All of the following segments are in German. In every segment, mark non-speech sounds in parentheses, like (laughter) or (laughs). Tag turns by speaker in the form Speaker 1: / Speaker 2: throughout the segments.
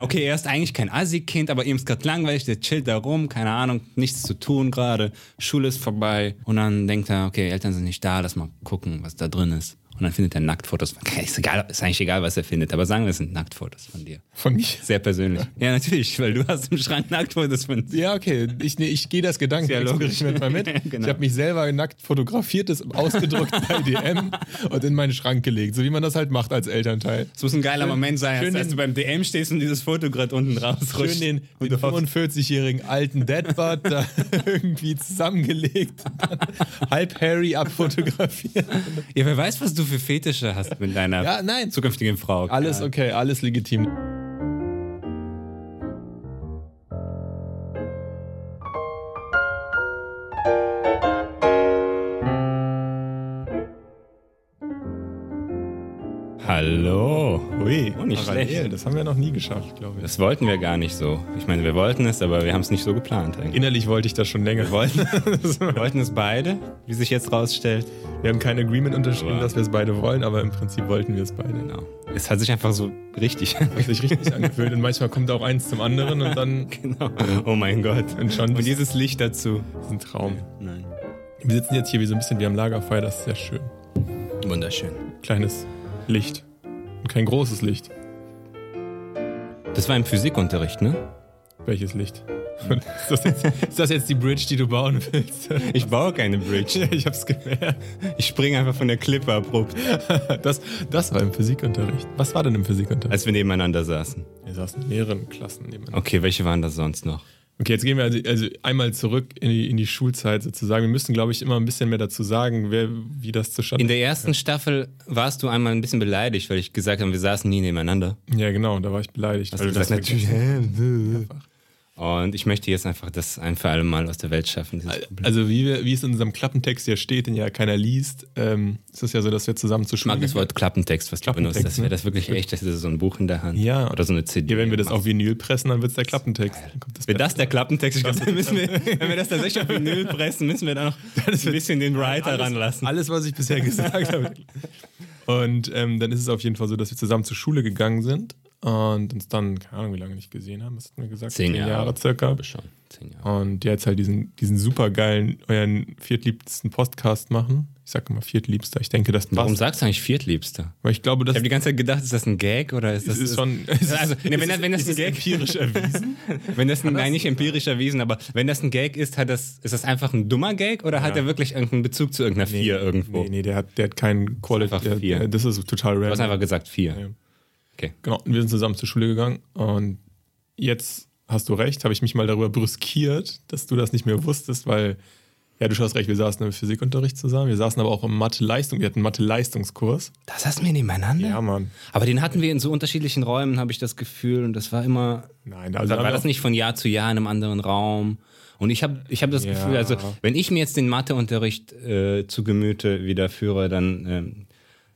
Speaker 1: okay, er ist eigentlich kein Assi-Kind, aber ihm ist gerade langweilig, der chillt da rum, keine Ahnung, nichts zu tun gerade, Schule ist vorbei. Und dann denkt er, okay, Eltern sind nicht da, lass mal gucken, was da drin ist. Und dann findet er Nacktfotos. von- (laughs) Ist, egal, ist eigentlich egal, was er findet, aber sagen wir, es sind Nacktfotos von dir.
Speaker 2: Von mich.
Speaker 1: Sehr persönlich. Ja, natürlich, weil du hast im Schrank Nacktfotos von dir.
Speaker 2: Ja, okay. Ich, nee, ich gehe das Gedankenexperiment mal (laughs) mit.
Speaker 1: Ja, genau.
Speaker 2: Ich habe mich selber nackt fotografiert, das (laughs) ausgedruckt bei DM und in meinen Schrank gelegt, so wie man das halt macht als Elternteil.
Speaker 1: Es muss ein geiler Moment sein, als
Speaker 2: schön
Speaker 1: dass
Speaker 2: den-
Speaker 1: du beim DM stehst und dieses Foto gerade unten rausrutscht.
Speaker 2: Schön den,
Speaker 1: und
Speaker 2: den
Speaker 1: du hoffst,
Speaker 2: 45-jährigen alten Deadbutt da (laughs) irgendwie zusammengelegt, und dann halb Harry abfotografiert.
Speaker 1: ja, wer weiß, was du für Fetische hast mit deiner
Speaker 2: Ja, nein.
Speaker 1: zukünftigen Frau.
Speaker 2: Alles
Speaker 1: Ja.
Speaker 2: okay, alles legitim.
Speaker 1: Hallo.
Speaker 2: Ui,
Speaker 1: Oh, nicht
Speaker 2: parallel,
Speaker 1: schlecht.
Speaker 2: das haben wir noch nie geschafft, glaube ich.
Speaker 1: Das wollten wir gar nicht so. Ich meine, wir wollten es, aber wir haben es nicht so geplant eigentlich.
Speaker 2: Innerlich wollte ich das schon länger.
Speaker 1: wollten, (laughs)
Speaker 2: wir
Speaker 1: wollten es beide, wie sich jetzt rausstellt.
Speaker 2: haben kein Agreement unterschrieben,
Speaker 1: Aber-
Speaker 2: dass wir es beide wollen, aber im Prinzip wollten wir es beide.
Speaker 1: Genau. Es hat sich einfach so richtig (laughs)
Speaker 2: Hat sich richtig angefühlt und manchmal kommt auch eins zum anderen und dann
Speaker 1: Genau. Oh mein Gott.
Speaker 2: Und schon-
Speaker 1: Und dieses Licht dazu.
Speaker 2: ist ein Traum.
Speaker 1: Nein.
Speaker 2: Wir sitzen jetzt hier wie so ein bisschen wie am Lagerfeuer, das ist sehr schön.
Speaker 1: Wunderschön.
Speaker 2: Kleines Licht. Und kein großes Licht.
Speaker 1: Das war im Physikunterricht, ne?
Speaker 2: Welches Licht? (laughs) Ist das, jetzt, ist das jetzt die Bridge, die du bauen (laughs) willst?
Speaker 1: Ich baue keine (laughs) Bridge.
Speaker 2: Ich hab's gemerkt.
Speaker 1: Ich springe einfach von der Klippe abrupt,
Speaker 2: Das, das war im Physikunterricht. Was war denn im Physikunterricht?
Speaker 1: als wir nebeneinander saßen.
Speaker 2: Wir saßen Also in mehreren Klassen nebeneinander.
Speaker 1: Okay, welche waren das sonst noch?
Speaker 2: Okay, jetzt gehen wir also, also einmal zurück in die, in die Schulzeit sozusagen. Wir müssen, glaube ich, immer ein bisschen mehr dazu sagen, wer, wie das zustande
Speaker 1: In der ersten Staffel warst du einmal ein bisschen beleidigt, weil ich gesagt habe, wir saßen nie nebeneinander.
Speaker 2: Ja, genau, da war ich beleidigt.
Speaker 1: Hast du gesagt, natürlich.
Speaker 2: (laughs)
Speaker 1: hä, äh. Und ich möchte jetzt einfach das ein für alle Mal aus der Welt schaffen. dieses Problem.
Speaker 2: Also wie, wir, wie es in unserem Klappentext hier steht, den ja keiner liest, ähm, ist es ja so, dass wir zusammen zur
Speaker 1: Ich
Speaker 2: Schule
Speaker 1: mag das Wort Klappentext, was du benutzt.
Speaker 2: Klappentext, ne?
Speaker 1: Das wäre das wirklich echt, das ist so ein Buch in der Hand.
Speaker 2: Ja.
Speaker 1: Oder so eine CD.
Speaker 2: Ja, wenn wir das auf Vinyl pressen, dann wird es der Klappentext. Dann kommt das
Speaker 1: Wenn das der Klappentext ist, dann müssen
Speaker 2: (laughs)
Speaker 1: wir, wenn wir das tatsächlich auf Vinyl pressen, müssen wir da noch ein bisschen den Writer ranlassen.
Speaker 2: Alles, was ich bisher gesagt habe. (laughs) Und ähm, dann ist es auf jeden Fall so, dass wir zusammen zur Schule gegangen sind und uns dann, keine Ahnung, wie lange nicht gesehen haben, was hatten wir gesagt?
Speaker 1: Zehn Jahre.
Speaker 2: circa.
Speaker 1: Schon, zehn Jahre.
Speaker 2: Und jetzt halt diesen, diesen supergeilen, euren viertliebsten Podcast machen. Ich sag immer viertliebster, ich denke, das passt.
Speaker 1: Warum sagst du eigentlich Viertliebster?
Speaker 2: Weil ich glaube, das
Speaker 1: Ich habe die ganze Zeit gedacht, ist das ein Gag oder ist das
Speaker 2: ist schon... (laughs)
Speaker 1: also, nee, wenn, das- wenn das ein Gag
Speaker 2: empirisch erwiesen.
Speaker 1: Wenn das, ein, nein, nicht empirisch erwiesen, aber wenn das ein Gag ist, hat das, ist das einfach ein dummer Gag oder hat er wirklich irgendeinen Bezug zu irgendeiner Vier irgendwo?
Speaker 2: Nee, nee, der hat, der hat keinen Quality.
Speaker 1: einfach vier.
Speaker 2: der- Das ist total
Speaker 1: Du hast
Speaker 2: random.
Speaker 1: einfach gesagt Vier.
Speaker 2: Ja.
Speaker 1: Okay.
Speaker 2: Genau, und wir sind zusammen zur Schule gegangen und jetzt hast du recht, habe ich mich mal darüber brüskiert, dass du das nicht mehr wusstest, weil, ja, du hast recht, wir saßen im Physikunterricht zusammen, wir saßen aber auch im Mathe-Leistung, wir hatten einen Mathe-Leistungskurs.
Speaker 1: Das hast du mir nebeneinander?
Speaker 2: Mann.
Speaker 1: Aber den hatten wir in so unterschiedlichen Räumen, habe ich das Gefühl. Und das war immer.
Speaker 2: Nein, also
Speaker 1: da
Speaker 2: haben wir
Speaker 1: war das
Speaker 2: auch-
Speaker 1: nicht von Jahr zu Jahr in einem anderen Raum. Und ich habe ich hab das
Speaker 2: Ja.
Speaker 1: Gefühl, also wenn ich mir jetzt den Matheunterricht äh, zu Gemüte wieder führe, dann ähm,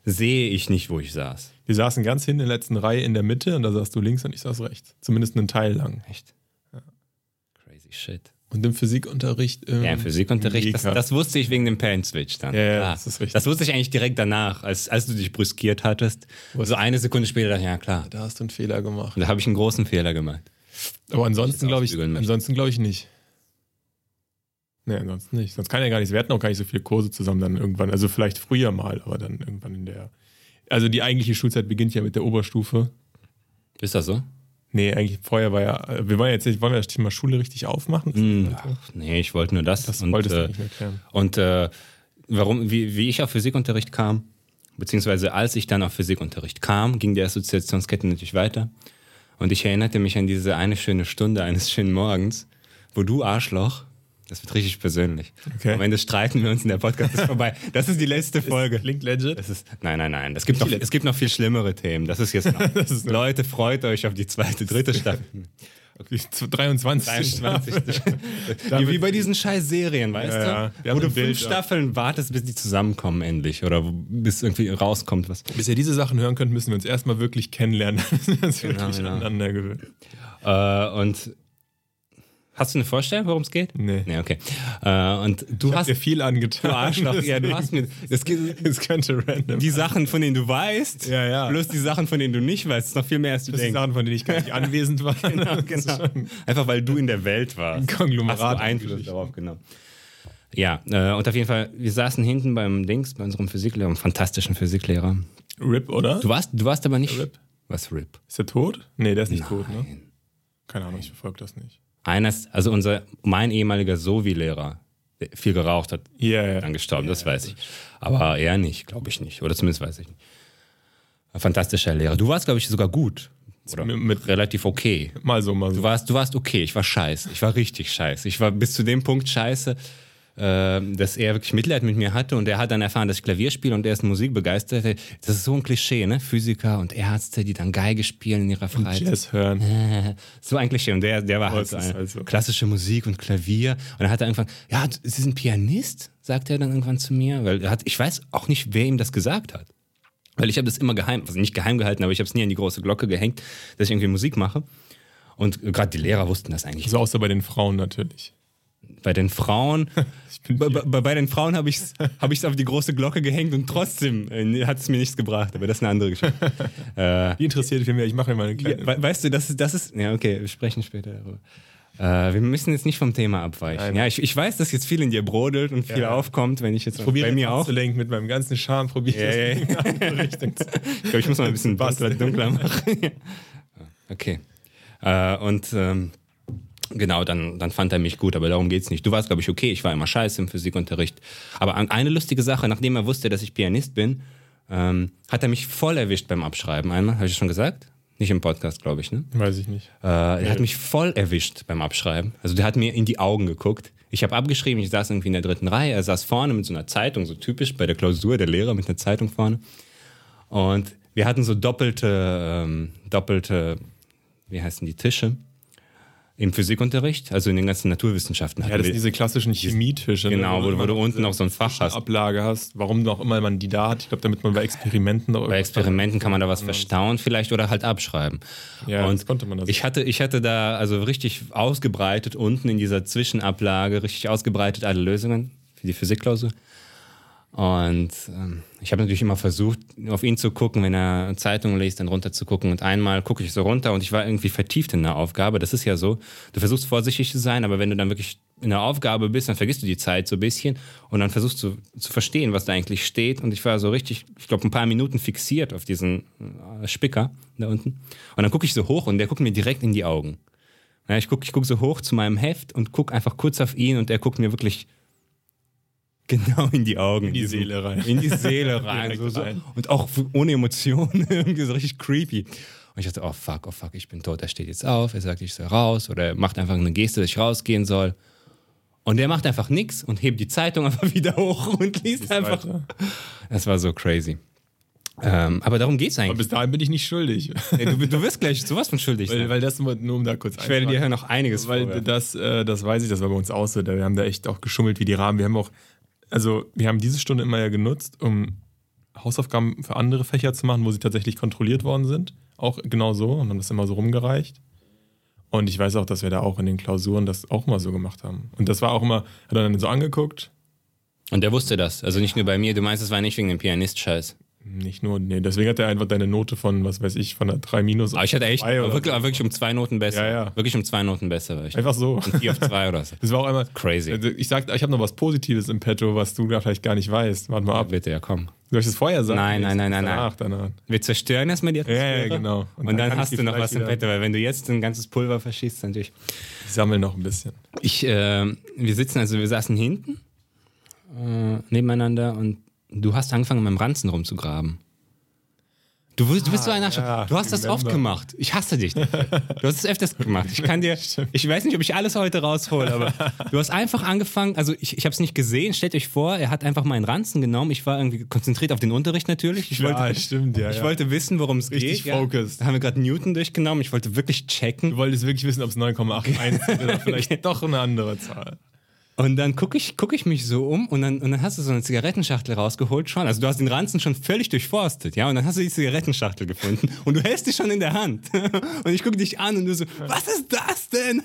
Speaker 1: sehe ich nicht, wo ich saß.
Speaker 2: Wir saßen ganz hinten in der letzten Reihe in der Mitte und da saß du links und ich saß rechts. Zumindest einen Teil lang.
Speaker 1: Echt? Crazy shit.
Speaker 2: Und im Physikunterricht. ähm,
Speaker 1: Ja, im Physikunterricht, das,
Speaker 2: Mega.
Speaker 1: das wusste ich wegen dem Pan-Switch dann.
Speaker 2: Ja, ja,
Speaker 1: Klar.
Speaker 2: das ist richtig.
Speaker 1: Das wusste ich eigentlich direkt danach, als, als du dich brüskiert hattest. So eine Sekunde später dachte ich, ja klar.
Speaker 2: da hast du einen Fehler gemacht.
Speaker 1: Und da habe ich einen großen Fehler gemacht.
Speaker 2: Aber ansonsten
Speaker 1: jetzt
Speaker 2: glaube ich,
Speaker 1: ausbügeln möchte.
Speaker 2: ansonsten glaube ich nicht. Nee, ansonsten nicht. Sonst kann ja gar nichts. Wir hatten auch gar nicht so viele Kurse zusammen dann irgendwann. Also vielleicht früher mal, aber dann irgendwann in der. Also die eigentliche Schulzeit beginnt ja mit der Oberstufe.
Speaker 1: Ist das so?
Speaker 2: Nee, eigentlich vorher war ja. äh, Wir wollen ja jetzt nicht, wollen wir das Thema Schule richtig aufmachen?
Speaker 1: Hm, ach, nee, ich wollte nur das.
Speaker 2: Das
Speaker 1: und,
Speaker 2: wolltest
Speaker 1: äh,
Speaker 2: du nicht erklären.
Speaker 1: Und äh, warum, wie, wie ich auf Physikunterricht kam, beziehungsweise als ich dann auf Physikunterricht kam, ging die Assoziationskette natürlich weiter. Und ich erinnerte mich an diese eine schöne Stunde eines schönen Morgens, wo du Arschloch, das wird richtig persönlich.
Speaker 2: Okay.
Speaker 1: Am Ende streiten wir uns und der Podcast ist vorbei. Das ist die letzte Folge.
Speaker 2: Klingt legit.
Speaker 1: Das ist, nein, nein, nein. Es gibt, noch, es gibt noch viel schlimmere Themen. Das ist
Speaker 2: (laughs)
Speaker 1: jetzt noch. Leute, freut euch auf die zweite, dritte Staffel.
Speaker 2: Die 23.
Speaker 1: 23. (laughs) wie, wie bei diesen scheiß Serien, weißt
Speaker 2: Ja, ja.
Speaker 1: du?
Speaker 2: Wir
Speaker 1: Wo
Speaker 2: haben
Speaker 1: du
Speaker 2: ein
Speaker 1: fünf
Speaker 2: Bild, ja.
Speaker 1: Staffeln wartest, bis die zusammenkommen endlich oder wo- bis irgendwie rauskommt was.
Speaker 2: Bis ihr diese Sachen hören könnt, müssen wir uns erstmal (laughs) Genau, wirklich kennenlernen. Dann müssen wir uns wirklich
Speaker 1: genau.
Speaker 2: aneinander gewöhnen.
Speaker 1: Äh, und Hast du eine Vorstellung, worum es geht?
Speaker 2: Nee.
Speaker 1: Nee, okay. Äh, und du
Speaker 2: Du hast
Speaker 1: hast.
Speaker 2: dir viel angetan.
Speaker 1: Du Arschloch, ja, du
Speaker 2: (laughs) deswegen-
Speaker 1: hast mir. Das, geht-
Speaker 2: Es könnte random.
Speaker 1: die Sachen, von denen du weißt,
Speaker 2: Ja, ja.
Speaker 1: plus die Sachen, von denen du nicht weißt, ist noch viel mehr, als du
Speaker 2: das sind
Speaker 1: denkst.
Speaker 2: Sachen, von denen ich (laughs) gar nicht anwesend war.
Speaker 1: (laughs) Genau, genau. Einfach weil du in der Welt warst.
Speaker 2: Ein Konglomerat
Speaker 1: Hast du
Speaker 2: an
Speaker 1: Einfluss
Speaker 2: Geschichten.
Speaker 1: darauf genommen. Ja, äh, und auf jeden Fall, wir saßen hinten beim Dings, bei unserem Physiklehrer, einem fantastischen Physiklehrer.
Speaker 2: RIP, oder?
Speaker 1: Du warst, du warst aber nicht.
Speaker 2: Rip.
Speaker 1: Was Rip?
Speaker 2: Ist der tot? Nee, der ist nicht tot, ne?
Speaker 1: Nein.
Speaker 2: Keine Ahnung, ich verfolge das nicht.
Speaker 1: Einer ist, also unser, mein ehemaliger Sovi-Lehrer, der viel geraucht hat,
Speaker 2: Ja, ja.
Speaker 1: dann gestorben, das weiß ich. Aber er nicht, glaube ich nicht. Oder zumindest weiß ich nicht. Ein fantastischer Lehrer. Du warst, glaube ich, sogar gut. Oder
Speaker 2: Mit- mit-
Speaker 1: relativ okay.
Speaker 2: Mal so, mal so.
Speaker 1: Du warst, du warst okay, ich war scheiße. Ich war richtig scheiße. Ich war bis zu dem Punkt scheiße, ähm, dass er wirklich Mitleid mit mir hatte und er hat dann erfahren, dass ich Klavier spiele und er ist Musikbegeisterte. Das ist so ein Klischee, ne? Physiker und Ärzte, die dann Geige spielen in ihrer Freizeit.
Speaker 2: Jazz hören.
Speaker 1: So ein Klischee. Und der, der war halt
Speaker 2: es
Speaker 1: so
Speaker 2: ist
Speaker 1: eine
Speaker 2: halt so.
Speaker 1: klassische Musik und Klavier. Und dann hat er angefangen, ja, d- Sie sind Pianist, sagt er dann irgendwann zu mir. Weil er hat, ich weiß auch nicht, wer ihm das gesagt hat. Weil ich habe das immer geheim, also nicht geheim gehalten, aber ich habe es nie an die große Glocke gehängt, dass ich irgendwie Musik mache. Und gerade die Lehrer wussten das eigentlich.
Speaker 2: So außer bei den Frauen natürlich.
Speaker 1: Bei den
Speaker 2: (laughs)
Speaker 1: Frauen,
Speaker 2: bin
Speaker 1: bei,
Speaker 2: hier.
Speaker 1: bei, bei den Frauen habe ich es hab ich's auf die große Glocke gehängt und trotzdem äh, hat es mir nichts gebracht. Aber das ist eine andere Geschichte.
Speaker 2: Die interessiert viel mehr. Ich mache mir mal eine kleine.
Speaker 1: Ja, we weißt du, das ist, das ist. Ja, okay, wir sprechen später darüber. Äh, wir müssen jetzt nicht vom Thema abweichen.
Speaker 2: Nein.
Speaker 1: Ja, ich, ich weiß, dass jetzt viel in dir brodelt und viel
Speaker 2: Ja.
Speaker 1: aufkommt, wenn ich jetzt
Speaker 2: probiere
Speaker 1: bei mir auch.
Speaker 2: abzulenken mit meinem ganzen Charme. Probiere
Speaker 1: Ja, ja,
Speaker 2: das in eine andere Richtung. zu-
Speaker 1: Ich glaube, ich muss mal ein bisschen
Speaker 2: (laughs) Was?
Speaker 1: dunkler, dunkler machen. (laughs) Ja. Ah, okay. Äh, und ähm, genau, dann, dann fand er mich gut, aber darum geht's nicht. Du warst, glaube ich, okay. Ich war immer scheiße im Physikunterricht. Aber an- eine lustige Sache, nachdem er wusste, dass ich Pianist bin, ähm, hat er mich voll erwischt beim Abschreiben. Einmal, habe ich das schon gesagt? Nicht im Podcast, glaube ich, ne?
Speaker 2: Weiß ich nicht.
Speaker 1: Äh, er hat mich voll erwischt beim Abschreiben. Also der hat mir in die Augen geguckt. Ich habe abgeschrieben, ich saß irgendwie in der dritten Reihe. Er saß vorne mit so einer Zeitung, so typisch bei der Klausur, der Lehrer mit einer Zeitung vorne. Und wir hatten so doppelte, ähm, doppelte, wie heißen die Tische im Physikunterricht, also in den ganzen Naturwissenschaften hatten
Speaker 2: Ja, das
Speaker 1: wir.
Speaker 2: sind diese klassischen Chemietische. ne,
Speaker 1: genau, wo, du- wo
Speaker 2: man
Speaker 1: du unten noch so einen Fach
Speaker 2: eine
Speaker 1: hast.
Speaker 2: Ablage hast. Warum auch immer man die da hat. Ich glaube, damit man bei Experimenten noch
Speaker 1: Bei
Speaker 2: irgendwas-
Speaker 1: Experimenten kann man da was verstauen vielleicht oder halt abschreiben.
Speaker 2: Ja,
Speaker 1: und
Speaker 2: das konnte man das.
Speaker 1: Ich hatte, ich hatte da also richtig ausgebreitet unten in dieser Zwischenablage, richtig ausgebreitet alle Lösungen für die Physikklausur. Und ähm, ich habe natürlich immer versucht, auf ihn zu gucken, wenn er Zeitungen liest, dann runter zu gucken. Und einmal gucke ich so runter und ich war irgendwie vertieft in der Aufgabe. Das ist ja so. Du versuchst vorsichtig zu sein, aber wenn du dann wirklich in der Aufgabe bist, dann vergisst du die Zeit so ein bisschen und dann versuchst du zu verstehen, was da eigentlich steht. Und ich war so richtig, ich glaube, ein paar Minuten fixiert auf diesen äh, Spicker da unten. Und dann gucke ich so hoch und der guckt mir direkt in die Augen. Ja, ich gucke ich guck so hoch zu meinem Heft und gucke einfach kurz auf ihn und er guckt mir wirklich (laughs) genau in die Augen.
Speaker 2: die Seele rein.
Speaker 1: In die Seele
Speaker 2: (laughs)
Speaker 1: rein.
Speaker 2: Direkt
Speaker 1: so, so.
Speaker 2: rein.
Speaker 1: Und auch f- ohne Emotionen. (laughs) Irgendwie so richtig creepy. Und ich dachte, oh fuck, oh fuck, ich bin tot. Er steht jetzt auf, er sagt, ich soll raus oder er macht einfach eine Geste, dass ich rausgehen soll. Und er macht einfach nichts und hebt die Zeitung (laughs) einfach wieder hoch und liest
Speaker 2: Liest
Speaker 1: einfach.
Speaker 2: weiter.
Speaker 1: Das war so crazy. Ähm, aber darum geht's
Speaker 2: Aber
Speaker 1: eigentlich.
Speaker 2: bis dahin bin ich nicht schuldig.
Speaker 1: Ey, Du, du wirst gleich sowas von schuldig sein.
Speaker 2: (laughs) weil, weil das nur nur um da kurz
Speaker 1: Ich werde dir noch einiges
Speaker 2: Weil
Speaker 1: vorwerfen.
Speaker 2: das, äh, das weiß ich, das war bei uns auch so. da- Wir haben da echt auch geschummelt wie die Rahmen. Wir haben auch, also wir haben diese Stunde immer ja genutzt, um Hausaufgaben für andere Fächer zu machen, wo sie tatsächlich kontrolliert worden sind. Auch genau so und haben das immer so rumgereicht. Und ich weiß auch, dass wir da auch in den Klausuren das auch mal so gemacht haben. Und das war auch immer, hat er dann so angeguckt.
Speaker 1: Und der wusste das. Also nicht nur bei mir. Du meinst, es war nicht wegen dem Pianist-Scheiß.
Speaker 2: Nicht nur, nee, deswegen hat er einfach deine Note von, was weiß ich, von einer 3 minus.
Speaker 1: Aber Ah, ich hatte echt,
Speaker 2: Zwei oder
Speaker 1: wirklich, wirklich um zwei Noten besser.
Speaker 2: Ja, ja.
Speaker 1: Wirklich um zwei Noten besser war ich.
Speaker 2: Einfach so.
Speaker 1: Vier auf zwei oder so.
Speaker 2: (laughs) Das war auch einmal
Speaker 1: Crazy.
Speaker 2: Also Ich sag, ich habe noch was Positives im Petto, was du da vielleicht gar nicht weißt. Warte mal ab.
Speaker 1: Bitte, ja, komm.
Speaker 2: Soll ich das vorher sagen?
Speaker 1: Nein, nein, nein, nein,
Speaker 2: Danach, danach.
Speaker 1: Wir zerstören erstmal die
Speaker 2: Ja,
Speaker 1: Atmosphäre.
Speaker 2: ja, genau.
Speaker 1: Und, dann,
Speaker 2: kann ich
Speaker 1: hast
Speaker 2: die
Speaker 1: du noch
Speaker 2: vielleicht
Speaker 1: was im
Speaker 2: wieder-
Speaker 1: Bett, weil wenn du jetzt ein ganzes Pulver verschießt, dann natürlich.
Speaker 2: Ich sammle noch ein bisschen.
Speaker 1: Ich, äh, wir sitzen, also wir saßen hinten äh, nebeneinander und du hast angefangen, in meinem Ranzen rumzugraben. Du, bist- du bist so ein Arschloch.
Speaker 2: Ah, ja,
Speaker 1: Du hast das oft
Speaker 2: remember.
Speaker 1: gemacht. Ich hasse dich. dafür. Du hast es öfters gemacht. Ich kann dir, ich weiß nicht, ob ich alles heute raushole, aber du hast einfach angefangen, also ich, ich habe es nicht gesehen. Stellt euch vor, er hat einfach meinen Ranzen genommen. Ich war irgendwie konzentriert auf den Unterricht natürlich. Ich wollte,
Speaker 2: ja, stimmt, ja.
Speaker 1: ich
Speaker 2: ja.
Speaker 1: wollte wissen, worum es geht.
Speaker 2: Richtig focused.
Speaker 1: Da haben wir gerade Newton durchgenommen. Ich wollte wirklich checken.
Speaker 2: du wolltest wirklich wissen, ob es 9,81 ist
Speaker 1: (laughs)
Speaker 2: oder vielleicht doch eine andere Zahl.
Speaker 1: Und dann gucke ich, guck ich mich so um und dann, und dann hast du so eine Zigarettenschachtel rausgeholt schon. Also du hast den Ranzen schon völlig durchforstet, ja? Und dann hast du die Zigarettenschachtel gefunden und du (laughs) hältst die schon in der Hand. Und ich gucke dich an und du so, was ist das denn?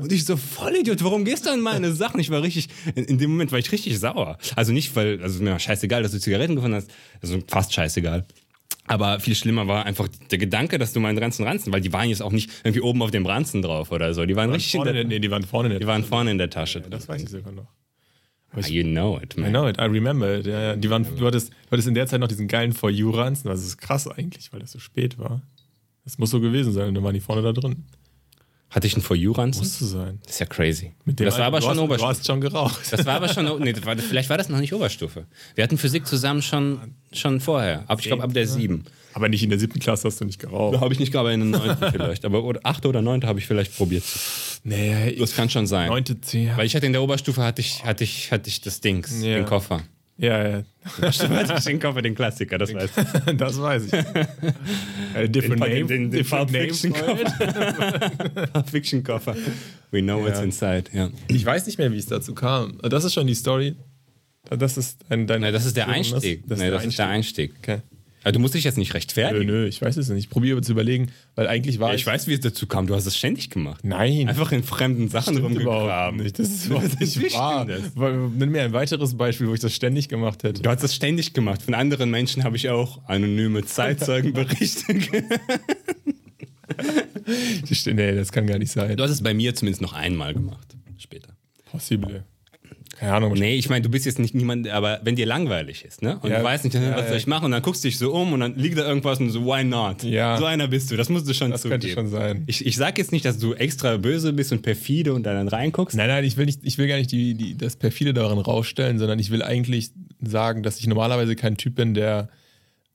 Speaker 1: (laughs) Und ich so, Vollidiot, warum gehst du an meine Sachen? Ich war richtig, in, in dem Moment war ich richtig sauer. Also nicht, weil, also mir war scheißegal, dass du Zigaretten gefunden hast. Also fast scheißegal. Aber viel schlimmer war einfach der Gedanke, dass du meinen ganzen Ranzen, weil die waren jetzt auch nicht irgendwie oben auf dem Ranzen drauf oder so. Die waren richtig in
Speaker 2: Vorne, in
Speaker 1: der,
Speaker 2: der- nee, die waren vorne in der
Speaker 1: die waren vorne in der Tasche.
Speaker 2: Das weiß ich sogar noch.
Speaker 1: Ah, you know it,
Speaker 2: I
Speaker 1: man.
Speaker 2: know it, I remember it. Ja, ja. Die waren, du, hattest, du hattest in der Zeit noch diesen geilen For You-Ranzen. Das ist krass eigentlich, weil das so spät war. Das muss so gewesen sein. Und dann waren die vorne da drin.
Speaker 1: Hatte ich einen For You-Ranzen?
Speaker 2: Muss so sein.
Speaker 1: Das ist ja crazy.
Speaker 2: Mit dem
Speaker 1: das war
Speaker 2: Alter,
Speaker 1: aber
Speaker 2: du
Speaker 1: schon
Speaker 2: hast, Du
Speaker 1: Oberstufe.
Speaker 2: hast schon geraucht.
Speaker 1: Das war aber schon, nee, das war, vielleicht war das noch nicht Oberstufe. Wir hatten Physik zusammen schon, schon vorher. Ab, ich glaube, ab der sieben.
Speaker 2: Aber nicht in der siebten Klasse hast du nicht geraucht.
Speaker 1: Habe ich nicht, glaube ich, in der
Speaker 2: (laughs)
Speaker 1: neunten vielleicht. Aber oder, achte oder neunte habe ich vielleicht probiert.
Speaker 2: Nee,
Speaker 1: Das kann schon sein.
Speaker 2: neunte, zehn.
Speaker 1: Weil ich hatte in der Oberstufe, hatte ich, hatte ich, hatte ich das Dings,
Speaker 2: Ja.
Speaker 1: den
Speaker 2: (laughs)
Speaker 1: Koffer.
Speaker 2: Ja, ja.
Speaker 1: Oberstufe hatte ich den Koffer, den Klassiker, das weiß ich.
Speaker 2: (laughs) Das weiß
Speaker 1: (laughs)
Speaker 2: ich. Äh,
Speaker 1: Den,
Speaker 2: different name.
Speaker 1: den, den, den Pulp
Speaker 2: different name
Speaker 1: Fiction
Speaker 2: for it.
Speaker 1: Koffer.
Speaker 2: (laughs)
Speaker 1: Pulp Fiction Koffer. We know what's
Speaker 2: Ja.
Speaker 1: inside, ja.
Speaker 2: (laughs) Ich weiß nicht mehr, wie es dazu kam. Das ist schon die Story. Das ist dein, dein
Speaker 1: Na, das ist der Einstieg.
Speaker 2: Das, das
Speaker 1: nee,
Speaker 2: ist
Speaker 1: das ist der
Speaker 2: der Einstieg.
Speaker 1: Einstieg.
Speaker 2: Okay.
Speaker 1: Aber Also, du musst dich jetzt nicht
Speaker 2: Nö,
Speaker 1: rechtfertigen.
Speaker 2: nö, ich weiß es nicht. Ich probiere zu überlegen, weil eigentlich war
Speaker 1: Ich weiß, wie es dazu kam. Du hast es ständig gemacht.
Speaker 2: Nein,
Speaker 1: Einfach in fremden Sachen
Speaker 2: stimmt überhaupt
Speaker 1: rumgegraben.
Speaker 2: nicht. Das
Speaker 1: (laughs)
Speaker 2: ist überhaupt nicht
Speaker 1: Natürlich
Speaker 2: wahr.
Speaker 1: stimmt das.
Speaker 2: Weil, Nenn mir ein weiteres Beispiel, wo ich das ständig gemacht hätte.
Speaker 1: Du hast es ständig gemacht. Von anderen Menschen habe ich auch anonyme Zeitzeugenberichte. (laughs) gehört.
Speaker 2: Ich- (laughs) Nee, das kann gar nicht sein.
Speaker 1: du hast es bei mir zumindest noch einmal gemacht. Später.
Speaker 2: Possible. Keine Ahnung.
Speaker 1: Nee, ich meine, du bist jetzt nicht niemand, aber wenn dir langweilig ist, ne? Und
Speaker 2: Ja.
Speaker 1: du weißt nicht, was
Speaker 2: Ja, ja.
Speaker 1: soll ich machen? Und dann guckst du dich so um und dann liegt da irgendwas und so, why not?
Speaker 2: Ja.
Speaker 1: So einer bist du, das musst du schon
Speaker 2: Das
Speaker 1: zugeben.
Speaker 2: könnte schon sein.
Speaker 1: Ich, ich sag jetzt nicht, dass du extra böse bist und perfide und dann, dann reinguckst.
Speaker 2: Nein, nein, ich will, nicht, ich will gar nicht die, die, das Perfide daran rausstellen, sondern ich will eigentlich sagen, dass ich normalerweise kein Typ bin, der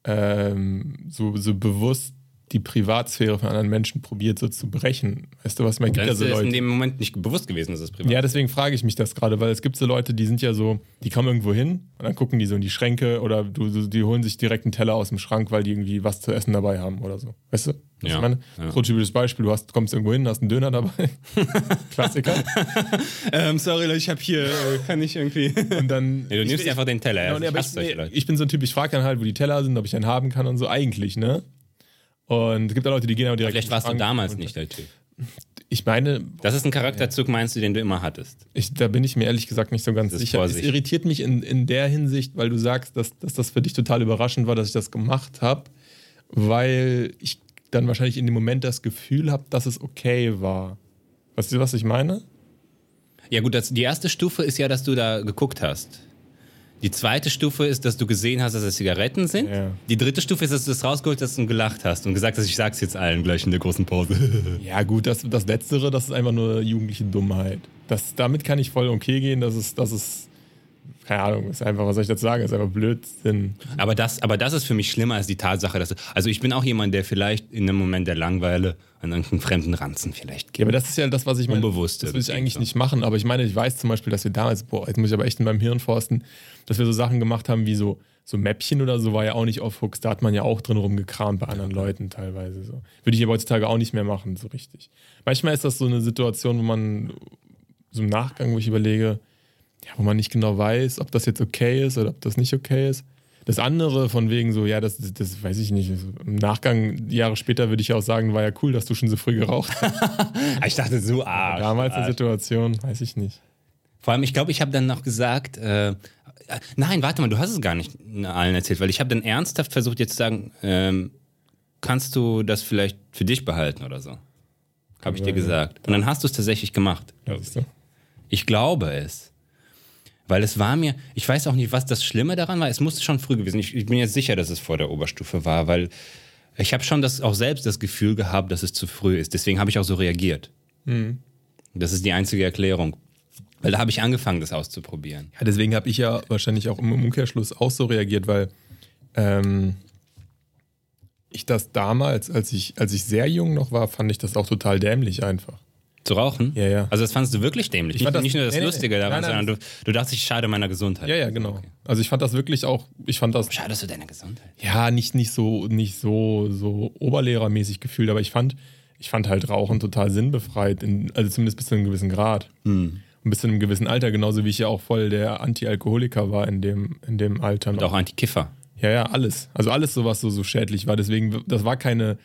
Speaker 2: ähm, so, so bewusst die Privatsphäre von anderen Menschen probiert, so zu brechen. Weißt du, was man gibt
Speaker 1: Dann
Speaker 2: ja
Speaker 1: ist
Speaker 2: so
Speaker 1: dir das in
Speaker 2: Leute.
Speaker 1: dem Moment nicht bewusst gewesen, dass es privat
Speaker 2: Ja, deswegen frage ich mich das gerade, weil es gibt so Leute, die sind ja so, die kommen irgendwo hin und dann gucken die so in die Schränke oder du, du, die holen sich direkt einen Teller aus dem Schrank, weil die irgendwie was zu essen dabei haben oder so. Weißt du? Was
Speaker 1: Ja,
Speaker 2: ich meine?
Speaker 1: ja.
Speaker 2: So ein typisches Beispiel, du hast, kommst irgendwo hin, hast einen
Speaker 1: (laughs)
Speaker 2: Döner dabei. Klassiker.
Speaker 1: Ähm, sorry, Leute, ich habe hier, äh, kann ich (laughs) irgendwie.
Speaker 2: Und dann.
Speaker 1: Nee, du nimmst
Speaker 2: ich,
Speaker 1: einfach den Teller.
Speaker 2: Ja,
Speaker 1: Ja, Also
Speaker 2: und
Speaker 1: ich
Speaker 2: aber
Speaker 1: hasse
Speaker 2: ich,
Speaker 1: solche
Speaker 2: nee,
Speaker 1: Leute.
Speaker 2: ich bin so ein Typ, ich frage dann halt, wo die Teller sind, ob ich einen haben kann und so. Eigentlich, ne? Und es gibt da Leute, die gehen aber direkt.
Speaker 1: Vielleicht
Speaker 2: in den
Speaker 1: warst du
Speaker 2: Schrank
Speaker 1: damals
Speaker 2: und-
Speaker 1: nicht der Typ.
Speaker 2: Ich meine,
Speaker 1: Das ist ein Charakterzug, meinst du, den du immer hattest?
Speaker 2: ich, da bin ich mir ehrlich gesagt nicht so ganz
Speaker 1: Das ist
Speaker 2: sicher. Es
Speaker 1: Vorsicht.
Speaker 2: irritiert mich in, in der Hinsicht, weil du sagst, dass, dass das für dich total überraschend war, dass ich das gemacht habe, weil ich dann wahrscheinlich in dem Moment das Gefühl habe, dass es okay war. Weißt du, was ich meine?
Speaker 1: Ja, gut, das, die erste Stufe ist ja, dass du da geguckt hast. Die zweite Stufe ist, dass du gesehen hast, dass es Zigaretten sind.
Speaker 2: Ja.
Speaker 1: Die dritte Stufe ist, dass du das rausgeholt hast und gelacht hast und gesagt hast, ich sag's jetzt allen gleich in der großen Pause. (laughs)
Speaker 2: Ja, gut, das, das Letztere, das ist einfach nur jugendliche Dummheit. Das, damit kann ich voll okay gehen, das ist, das ist, keine Ahnung, ist einfach, was soll ich dazu sagen, ist einfach Blödsinn.
Speaker 1: aber, das, aber das ist für mich schlimmer als die Tatsache, dass. Also, ich bin auch jemand, der vielleicht in einem Moment der Langeweile an irgendeinen fremden Ranzen vielleicht
Speaker 2: Ja, aber das ist ja das, was ich meine.
Speaker 1: Unbewusst,
Speaker 2: Das
Speaker 1: ja,
Speaker 2: will ich
Speaker 1: deswegen
Speaker 2: eigentlich
Speaker 1: so.
Speaker 2: nicht machen, aber ich meine, ich weiß zum Beispiel, dass wir damals, boah, jetzt muss ich aber echt in meinem Hirn forsten, dass wir so Sachen gemacht haben wie so, so Mäppchen oder so, war ja auch nicht auf Hooks, da hat man ja auch drin rumgekramt bei anderen Leuten teilweise so. Würde ich aber heutzutage auch nicht mehr machen, so richtig. Manchmal ist das so eine Situation, wo man, so im Nachgang, wo ich überlege, ja, wo man nicht genau weiß, ob das jetzt okay ist oder ob das nicht okay ist. Das andere von wegen so, ja, das, das, das weiß ich nicht. Also Im Nachgang, Jahre später würde ich auch sagen, war ja cool, dass du schon so früh geraucht hast.
Speaker 1: Ah, Ich dachte so, ah.
Speaker 2: Damals eine Situation, weiß ich nicht.
Speaker 1: Vor allem, ich glaube, ich habe dann noch gesagt, äh, äh, nein, warte mal, du hast es gar nicht allen erzählt, weil ich habe dann ernsthaft versucht, jetzt zu sagen, ähm, kannst du das vielleicht für dich behalten oder so? Habe ich dir
Speaker 2: sein, ja.
Speaker 1: gesagt. Und dann hast du es tatsächlich gemacht.
Speaker 2: Weißt du?
Speaker 1: Ich glaube es. Weil es war mir, ich weiß auch nicht, was das Schlimme daran war. Es musste schon früh gewesen. Ich, ich bin jetzt sicher, dass es vor der Oberstufe war, weil ich habe schon das, auch selbst das Gefühl gehabt, dass es zu früh ist. Deswegen habe ich auch so reagiert.
Speaker 2: Mhm.
Speaker 1: Das ist die einzige Erklärung. Weil da habe ich angefangen, das auszuprobieren.
Speaker 2: Ja, deswegen habe ich ja wahrscheinlich auch im Umkehrschluss auch so reagiert, weil ähm, ich das damals, als ich, als ich sehr jung noch war, fand ich das auch total dämlich einfach.
Speaker 1: Zu rauchen?
Speaker 2: Ja, ja.
Speaker 1: Also das fandst du wirklich dämlich.
Speaker 2: fand
Speaker 1: Nicht,
Speaker 2: das-
Speaker 1: nicht nur das
Speaker 2: nee, nee,
Speaker 1: Lustige
Speaker 2: nee.
Speaker 1: daran,
Speaker 2: Nein, nein,
Speaker 1: sondern du, du dachtest, ich schade meiner Gesundheit.
Speaker 2: Ja, ja, genau. Also ich fand das wirklich auch, ich fand das
Speaker 1: Schadest du deiner Gesundheit?
Speaker 2: ja nicht, nicht so, nicht so, so oberlehrermäßig gefühlt, aber ich fand, ich fand halt Rauchen total sinnbefreit, in, also zumindest bis zu einem gewissen Grad. Und bis zu einem gewissen Alter, genauso wie ich ja auch voll der Anti-Alkoholiker war in dem, in dem Alter. noch.
Speaker 1: Und auch Antikiffer.
Speaker 2: Ja, ja, alles. Also alles so, was so, so schädlich war. Deswegen, das war keine,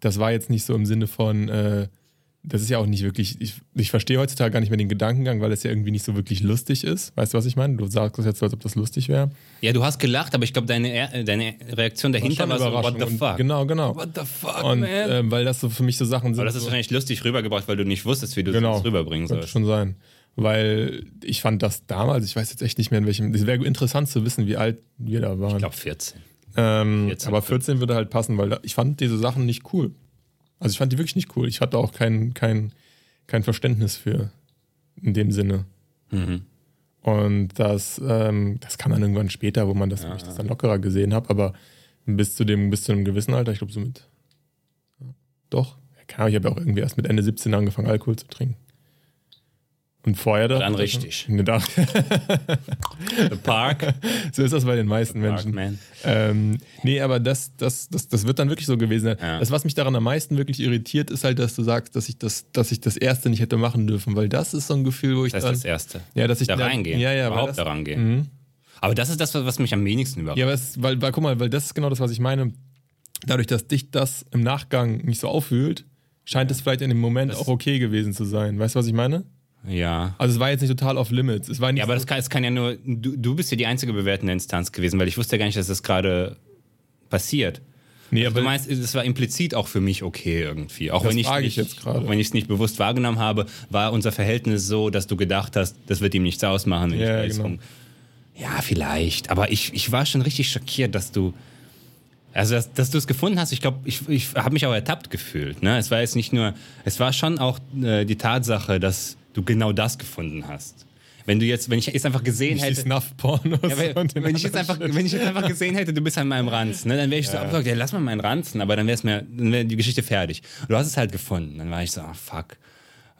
Speaker 2: das war jetzt nicht so im Sinne von, äh, das ist ja auch nicht wirklich, ich, ich verstehe heutzutage gar nicht mehr den Gedankengang, weil es ja irgendwie nicht so wirklich lustig ist. Weißt du, was ich meine? Du sagst das jetzt so, als ob das lustig wäre.
Speaker 1: Ja, du hast gelacht, aber ich glaube, deine, Er- deine Reaktion dahinter war, so, what the
Speaker 2: Überraschung.
Speaker 1: fuck?
Speaker 2: Und, genau, genau.
Speaker 1: What the fuck,
Speaker 2: Und
Speaker 1: man?
Speaker 2: ähm, weil das so für mich so Sachen sind.
Speaker 1: aber das ist
Speaker 2: so,
Speaker 1: wahrscheinlich lustig rübergebracht, weil du nicht wusstest, wie du
Speaker 2: genau,
Speaker 1: es rüberbringen
Speaker 2: Könnte
Speaker 1: sollst.
Speaker 2: schon sein. Weil ich fand das damals, ich weiß jetzt echt nicht mehr in welchem, es wäre interessant zu wissen, wie alt wir da waren.
Speaker 1: Ich glaube 14.
Speaker 2: Ähm,
Speaker 1: 14.
Speaker 2: aber 14 würde halt passen, weil da- ich fand diese Sachen nicht cool. Also ich fand die wirklich nicht cool. Ich hatte auch kein, kein, kein Verständnis für in dem Sinne.
Speaker 1: Mhm.
Speaker 2: Und das, ähm, das kam dann irgendwann später, wo man das, wo ich
Speaker 1: Ah.
Speaker 2: das dann lockerer gesehen habe. Aber bis zu dem, bis zu einem gewissen Alter, ich glaube so mit ja, doch, ja, klar, ich habe ja auch irgendwie erst mit Ende 17 angefangen, Alkohol zu trinken. Und vorher da.
Speaker 1: Dann
Speaker 2: (laughs)
Speaker 1: richtig.
Speaker 2: Ne, da-
Speaker 1: The
Speaker 2: (laughs)
Speaker 1: Park.
Speaker 2: so ist das bei den meisten
Speaker 1: Park,
Speaker 2: Menschen.
Speaker 1: man.
Speaker 2: Ähm, nee, aber das, das, das, das wird dann wirklich so gewesen sein.
Speaker 1: Ja.
Speaker 2: Das, was mich daran am meisten wirklich irritiert, ist halt, dass du sagst, dass ich das, dass ich das erste nicht hätte machen dürfen, weil das ist so ein Gefühl, wo ich
Speaker 1: Das ist
Speaker 2: dann,
Speaker 1: das Erste.
Speaker 2: ja, dass Äh, ich
Speaker 1: Da
Speaker 2: dann-
Speaker 1: reingehen.
Speaker 2: ja, ja, weil
Speaker 1: überhaupt
Speaker 2: das, Mhm.
Speaker 1: da rangehen. Aber das ist das, was mich am wenigsten überrascht.
Speaker 2: Ja, aber es, weil, weil, guck mal, weil das ist genau das, was ich meine. Dadurch, dass dich das im Nachgang nicht so aufwühlt, scheint es vielleicht in dem Moment
Speaker 1: Das-
Speaker 2: auch okay gewesen zu sein. Weißt du, was ich meine?
Speaker 1: Ja.
Speaker 2: Also es war jetzt nicht total off limits. Es war nicht
Speaker 1: Ja, aber das kann, das kann ja nur. Du, du bist ja die einzige bewertende Instanz gewesen, weil ich wusste ja gar nicht, dass das gerade passiert.
Speaker 2: nee, aber
Speaker 1: Also Du meinst, das war implizit auch für mich okay irgendwie. Auch
Speaker 2: Das
Speaker 1: wenn ich
Speaker 2: frage ich
Speaker 1: nicht,
Speaker 2: jetzt gerade.
Speaker 1: Auch wenn ich es nicht bewusst wahrgenommen habe, war unser Verhältnis so, dass du gedacht hast, das wird ihm nichts ausmachen. wenn ich
Speaker 2: Ja,
Speaker 1: da jetzt
Speaker 2: genau.
Speaker 1: rum- ja, vielleicht. Aber ich, ich war schon richtig schockiert, dass du. Also, dass, dass du es gefunden hast, ich glaube, ich, ich habe mich auch ertappt gefühlt. Ne? Es war jetzt nicht nur, es war schon auch äh, die Tatsache, dass du genau das gefunden hast. Wenn du jetzt, wenn ich jetzt einfach gesehen
Speaker 2: nicht die
Speaker 1: hätte,
Speaker 2: Snuff-Pornos.
Speaker 1: halt, äh, ja, weil,
Speaker 2: und den
Speaker 1: wenn, ich jetzt
Speaker 2: anderen
Speaker 1: einfach, wenn ich jetzt einfach gesehen hätte, du bist an meinem Ranzen, ne, dann wäre ich so abgesagt, ja, lass mal meinen Ranzen, aber dann wäre mir, dann wär die Geschichte fertig. Du hast es halt gefunden. Dann war ich so, ah, fuck.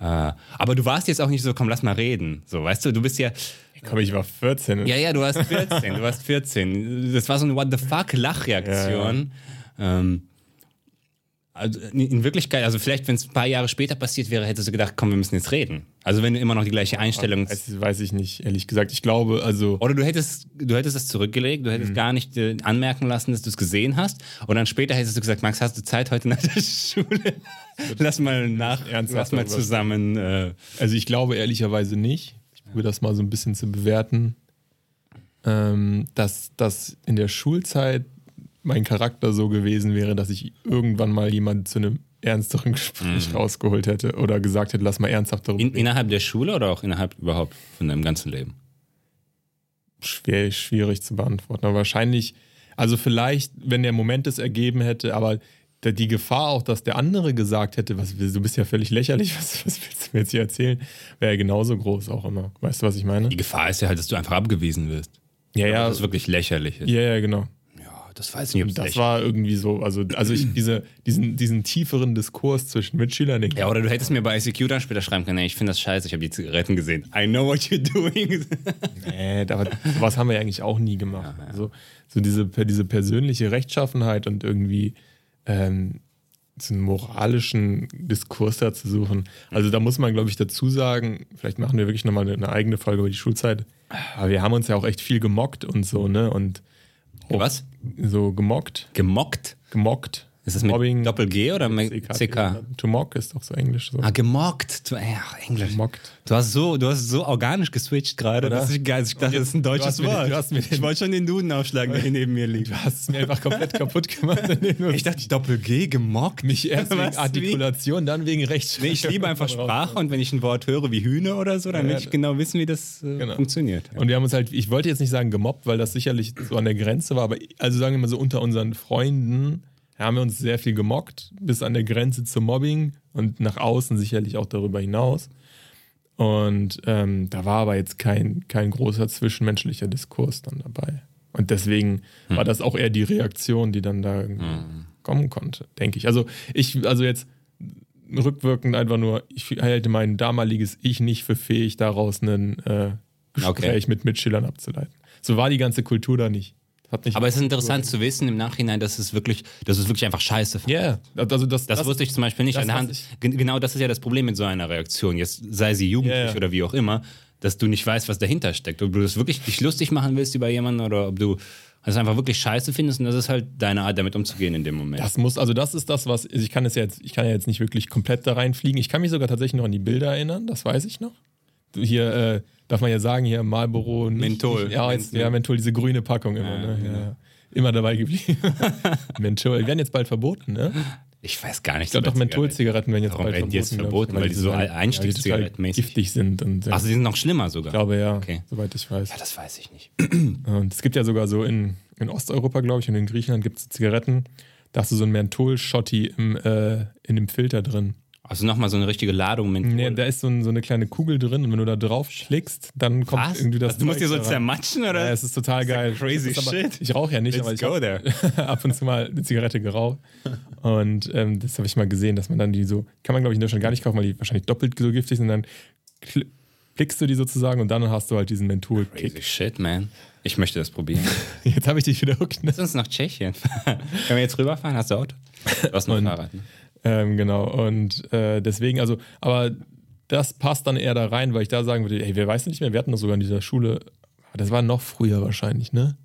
Speaker 1: Äh, aber du warst jetzt auch nicht so, komm, lass mal reden. So, weißt du, du bist ja,
Speaker 2: Shit. Komm, ich war 14.
Speaker 1: ja, ja, du warst 14, du warst 14. Das war so eine What the fuck Lachreaktion. Ähm, also in- in Wirklichkeit, also vielleicht, wenn es ein paar Jahre später passiert wäre, hättest du gedacht, komm, wir müssen jetzt reden. Also wenn du immer noch die gleiche Einstellung
Speaker 2: Weiß, weiß ich nicht, ehrlich gesagt. Ich glaube, also
Speaker 1: Oder du hättest, du hättest das zurückgelegt, du hättest
Speaker 2: Mhm.
Speaker 1: gar nicht äh, anmerken lassen, dass du es gesehen hast. Und dann später hättest du gesagt, Max, hast du Zeit heute nach der (laughs) Schule? lass mal nach,
Speaker 2: Ernsthaft
Speaker 1: lass mal
Speaker 2: darüber.
Speaker 1: zusammen. Äh,
Speaker 2: Also ich glaube ehrlicherweise nicht. Ich probiere das mal so ein bisschen zu bewerten, ähm, dass das in der Schulzeit mein Charakter so gewesen wäre, dass ich irgendwann mal jemanden zu einem ernsteren Gespräch rausgeholt hätte oder gesagt hätte, lass mal ernsthaft darüber
Speaker 1: Mhm. in, innerhalb der Schule oder auch innerhalb überhaupt von deinem ganzen Leben?
Speaker 2: schwer, schwierig zu beantworten. Aber wahrscheinlich, also vielleicht, wenn der Moment es ergeben hätte, aber da- die Gefahr auch, dass der andere gesagt hätte, was, du bist ja völlig lächerlich, (laughs) was, was willst du mir jetzt hier erzählen, wäre ja genauso groß auch immer. Weißt du, was ich meine?
Speaker 1: Die Gefahr ist ja halt, dass du einfach abgewiesen wirst.
Speaker 2: Ja,
Speaker 1: Dass
Speaker 2: ja,
Speaker 1: Das ist wirklich lächerlich. Ist.
Speaker 2: ja, ja, genau.
Speaker 1: Ja, das weiß ich nicht, ob es
Speaker 2: Das
Speaker 1: lächerlich-
Speaker 2: war irgendwie so, also,
Speaker 1: (clears throat)
Speaker 2: also ich, diese, diesen, diesen tieferen Diskurs zwischen Mitschülern, den
Speaker 1: Ja, oder du hättest mir bei ICQ dann später schreiben können, ey, ich finde das scheiße, ich habe die Zigaretten gesehen. I know what you're doing. (laughs)
Speaker 2: nee, aber Äh, sowas haben wir ja eigentlich auch nie gemacht. So, so diese, diese persönliche Rechtschaffenheit und irgendwie ähm, so einen moralischen Diskurs da zu suchen. Also da muss man, glaube ich, dazu sagen, vielleicht machen wir wirklich nochmal eine, eine eigene Folge über die Schulzeit, aber wir haben uns ja auch echt viel gemockt und so, ne? Und auch
Speaker 1: Was?
Speaker 2: so gemockt,
Speaker 1: Gemockt?
Speaker 2: gemockt.
Speaker 1: Ist das mit
Speaker 2: Mobbing, E
Speaker 1: Doppel-G oder mit CK?
Speaker 2: To mock ist doch so englisch. So.
Speaker 1: Ah, gemockt. Du, ey, ach, Englisch.
Speaker 2: Gemockt.
Speaker 1: Du hast so, du hast so organisch geswitcht gerade,
Speaker 2: Oder?
Speaker 1: dass ich gar nicht dachte, das ist ein
Speaker 2: Du
Speaker 1: deutsches
Speaker 2: hast mir den-
Speaker 1: Wort.
Speaker 2: du hast mir den-
Speaker 1: ich wollte schon den Duden aufschlagen, der hier neben mir liegt.
Speaker 2: Du hast es mir
Speaker 1: (laughs)
Speaker 2: einfach komplett kaputt gemacht. indem du
Speaker 1: Ich dachte, Doppel-G, gemockt?
Speaker 2: mich erst wegen
Speaker 1: Was? Wie?
Speaker 2: Artikulation, dann wegen Rechtschreibung.
Speaker 1: Nee, ich liebe einfach Sprache und wenn ich ein Wort höre wie Hühner oder so, dann
Speaker 2: Ja,
Speaker 1: will
Speaker 2: ja.
Speaker 1: ich genau wissen, wie das äh,
Speaker 2: Genau.
Speaker 1: funktioniert. Ja.
Speaker 2: (laughs) Und wir haben uns halt, ich wollte jetzt nicht sagen gemobbt, weil das sicherlich so an der Grenze war, aber also sagen wir mal so unter unseren Freunden haben wir uns sehr viel gemockt, bis an der Grenze zum Mobbing und nach außen sicherlich auch darüber hinaus. Und ähm, da war aber jetzt kein, kein großer zwischenmenschlicher Diskurs dann dabei. Und deswegen war das auch eher die Reaktion, die dann da irgendwie kommen konnte, denke ich. Also ich, also jetzt rückwirkend einfach nur, ich halte mein damaliges Ich nicht für fähig, daraus einen äh, Gespräch mit Mitschülern abzuleiten. So war die ganze Kultur da nicht. Das Hat nicht
Speaker 1: Aber es ist interessant zu wissen im Nachhinein, dass es wirklich, dass es wirklich einfach scheiße fand.
Speaker 2: Ja, yeah. also das,
Speaker 1: Das, wusste ich zum Beispiel nicht.
Speaker 2: das,
Speaker 1: Anhand,
Speaker 2: was ich-
Speaker 1: gen- genau das ist ja das Problem mit so einer Reaktion. Jetzt sei sie jugendlich
Speaker 2: Ja, ja.
Speaker 1: oder wie auch immer, dass du nicht weißt, was dahinter steckt. Ob du das wirklich dich lustig machen willst über jemanden oder ob du, Also einfach wirklich scheiße findest und das ist halt deine Art, damit umzugehen in dem Moment.
Speaker 2: Das muss, also das ist das, was also ich kann es jetzt, ich kann ja jetzt nicht wirklich komplett da reinfliegen. Ich kann mich sogar tatsächlich noch an die Bilder erinnern, das weiß ich noch. Du, Hier äh, darf man ja sagen, hier Marlboro. Nicht,
Speaker 1: Menthol.
Speaker 2: Nicht, ja, jetzt,
Speaker 1: Menthol.
Speaker 2: ja, Menthol, diese grüne Packung immer.
Speaker 1: Ja, genau.
Speaker 2: ne? ja. Immer
Speaker 1: (laughs)
Speaker 2: dabei geblieben. Menthol, die werden jetzt bald verboten, ne?
Speaker 1: Ich weiß gar nicht.
Speaker 2: Ich glaube doch, Menthol-Zigaretten werden jetzt
Speaker 1: Warum
Speaker 2: bald
Speaker 1: werden
Speaker 2: verboten.
Speaker 1: die jetzt
Speaker 2: glaub ich,
Speaker 1: verboten? Weil die so
Speaker 2: total-
Speaker 1: ein- Einstiegszigarettenmäßig-
Speaker 2: ja, die total giftig sind. Und, ja,
Speaker 1: Achso, Also, die sind noch schlimmer sogar.
Speaker 2: ich glaube ja,
Speaker 1: Okay.
Speaker 2: soweit ich weiß.
Speaker 1: Ja, das weiß ich nicht.
Speaker 2: Und es gibt ja sogar so in, in Osteuropa, glaube ich, und in Griechenland gibt es Zigaretten. Da hast du so einen Menthol-Schotti im, äh, in dem Filter drin.
Speaker 1: Also nochmal so eine richtige Ladung Menthol.
Speaker 2: Nee, da ist so, ein, so eine kleine Kugel drin und wenn du da drauf schlägst, dann kommt
Speaker 1: Was?
Speaker 2: irgendwie das.
Speaker 1: Also, du musst dir so
Speaker 2: Zeug da rein.
Speaker 1: zermatschen oder?
Speaker 2: Ja, es ist total geil.
Speaker 1: crazy
Speaker 2: Das ist
Speaker 1: shit.
Speaker 2: Ich rauche ja nicht, aber
Speaker 1: Let's
Speaker 2: ich
Speaker 1: go
Speaker 2: habe
Speaker 1: there.
Speaker 2: (laughs) ab und zu mal eine Zigarette geraucht. Und ähm, das habe ich mal gesehen, dass man dann die so, kann man glaube ich in Deutschland gar nicht kaufen, weil die wahrscheinlich doppelt so giftig sind. Dann kl- klickst du die sozusagen und dann hast du halt diesen Menthol-Kick.
Speaker 1: Crazy shit, man. Ich möchte das probieren.
Speaker 2: Jetzt habe ich dich wieder hooked. Ne?
Speaker 1: Lass uns nach Tschechien (laughs) fahren. Können wir jetzt rüberfahren? Hast du Auto? Du hast noch ein
Speaker 2: Und-
Speaker 1: Fahrrad. Ne?
Speaker 2: Ähm, genau, und äh, deswegen, also, aber das passt dann eher da rein, weil ich da sagen würde, ey, wer weiß nicht mehr, wir hatten das sogar in dieser Schule, das war noch früher wahrscheinlich, ne?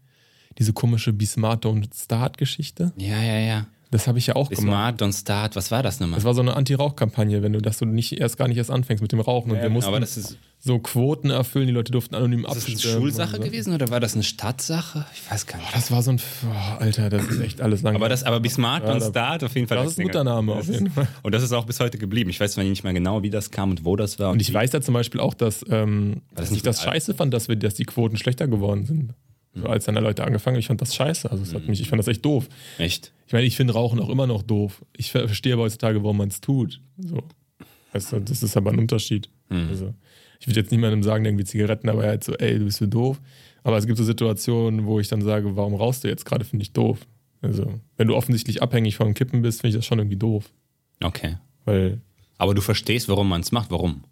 Speaker 2: Diese komische Be Smart Don't Start-Geschichte.
Speaker 1: Ja, ja, ja.
Speaker 2: Das habe ich ja auch gemacht.
Speaker 1: Smart, don't start. Was war das nochmal?
Speaker 2: Das war so eine Anti-Rauch-Kampagne, wenn du, dass du nicht erst gar nicht erst anfängst mit dem Rauchen. Und wir mussten
Speaker 1: aber das ist,
Speaker 2: so Quoten erfüllen, die Leute durften anonym
Speaker 1: ist das eine
Speaker 2: abstimmen.
Speaker 1: Schulsache
Speaker 2: und so.
Speaker 1: gewesen oder war das eine Stadtsache? Ich weiß gar nicht.
Speaker 2: Das war so ein, boah, Alter, das ist echt alles lange.
Speaker 1: Aber das, aber be smart
Speaker 2: Ja,
Speaker 1: und
Speaker 2: da-
Speaker 1: start auf jeden Fall.
Speaker 2: das ist ein guter
Speaker 1: Name.
Speaker 2: Name auf jeden Fall.
Speaker 1: Und das ist auch bis heute geblieben. Ich weiß zwar nicht mehr genau, wie das kam und wo das war.
Speaker 2: Und ich weiß ja zum Beispiel auch, dass, ähm, dass ich
Speaker 1: nicht
Speaker 2: das
Speaker 1: mit Al-
Speaker 2: scheiße fand, dass, wir, dass die Quoten schlechter geworden sind. So, als dann da Leute angefangen haben, ich fand das scheiße. Also es hat mich, ich fand das echt doof.
Speaker 1: echt.
Speaker 2: Ich meine, ich finde Rauchen auch immer noch doof. Ich ver- verstehe aber heutzutage, warum man es tut. So. Weißt du, das ist aber ein Unterschied. Also, ich würde jetzt niemandem sagen, der irgendwie Zigaretten, aber er halt so, ey, du bist so doof. Aber es gibt so Situationen, wo ich dann sage, warum rauchst du jetzt gerade, finde ich doof. Also, wenn du offensichtlich abhängig vom Kippen bist, finde ich das schon irgendwie doof.
Speaker 1: Okay.
Speaker 2: Weil
Speaker 1: Aber du verstehst, warum man es macht. Warum?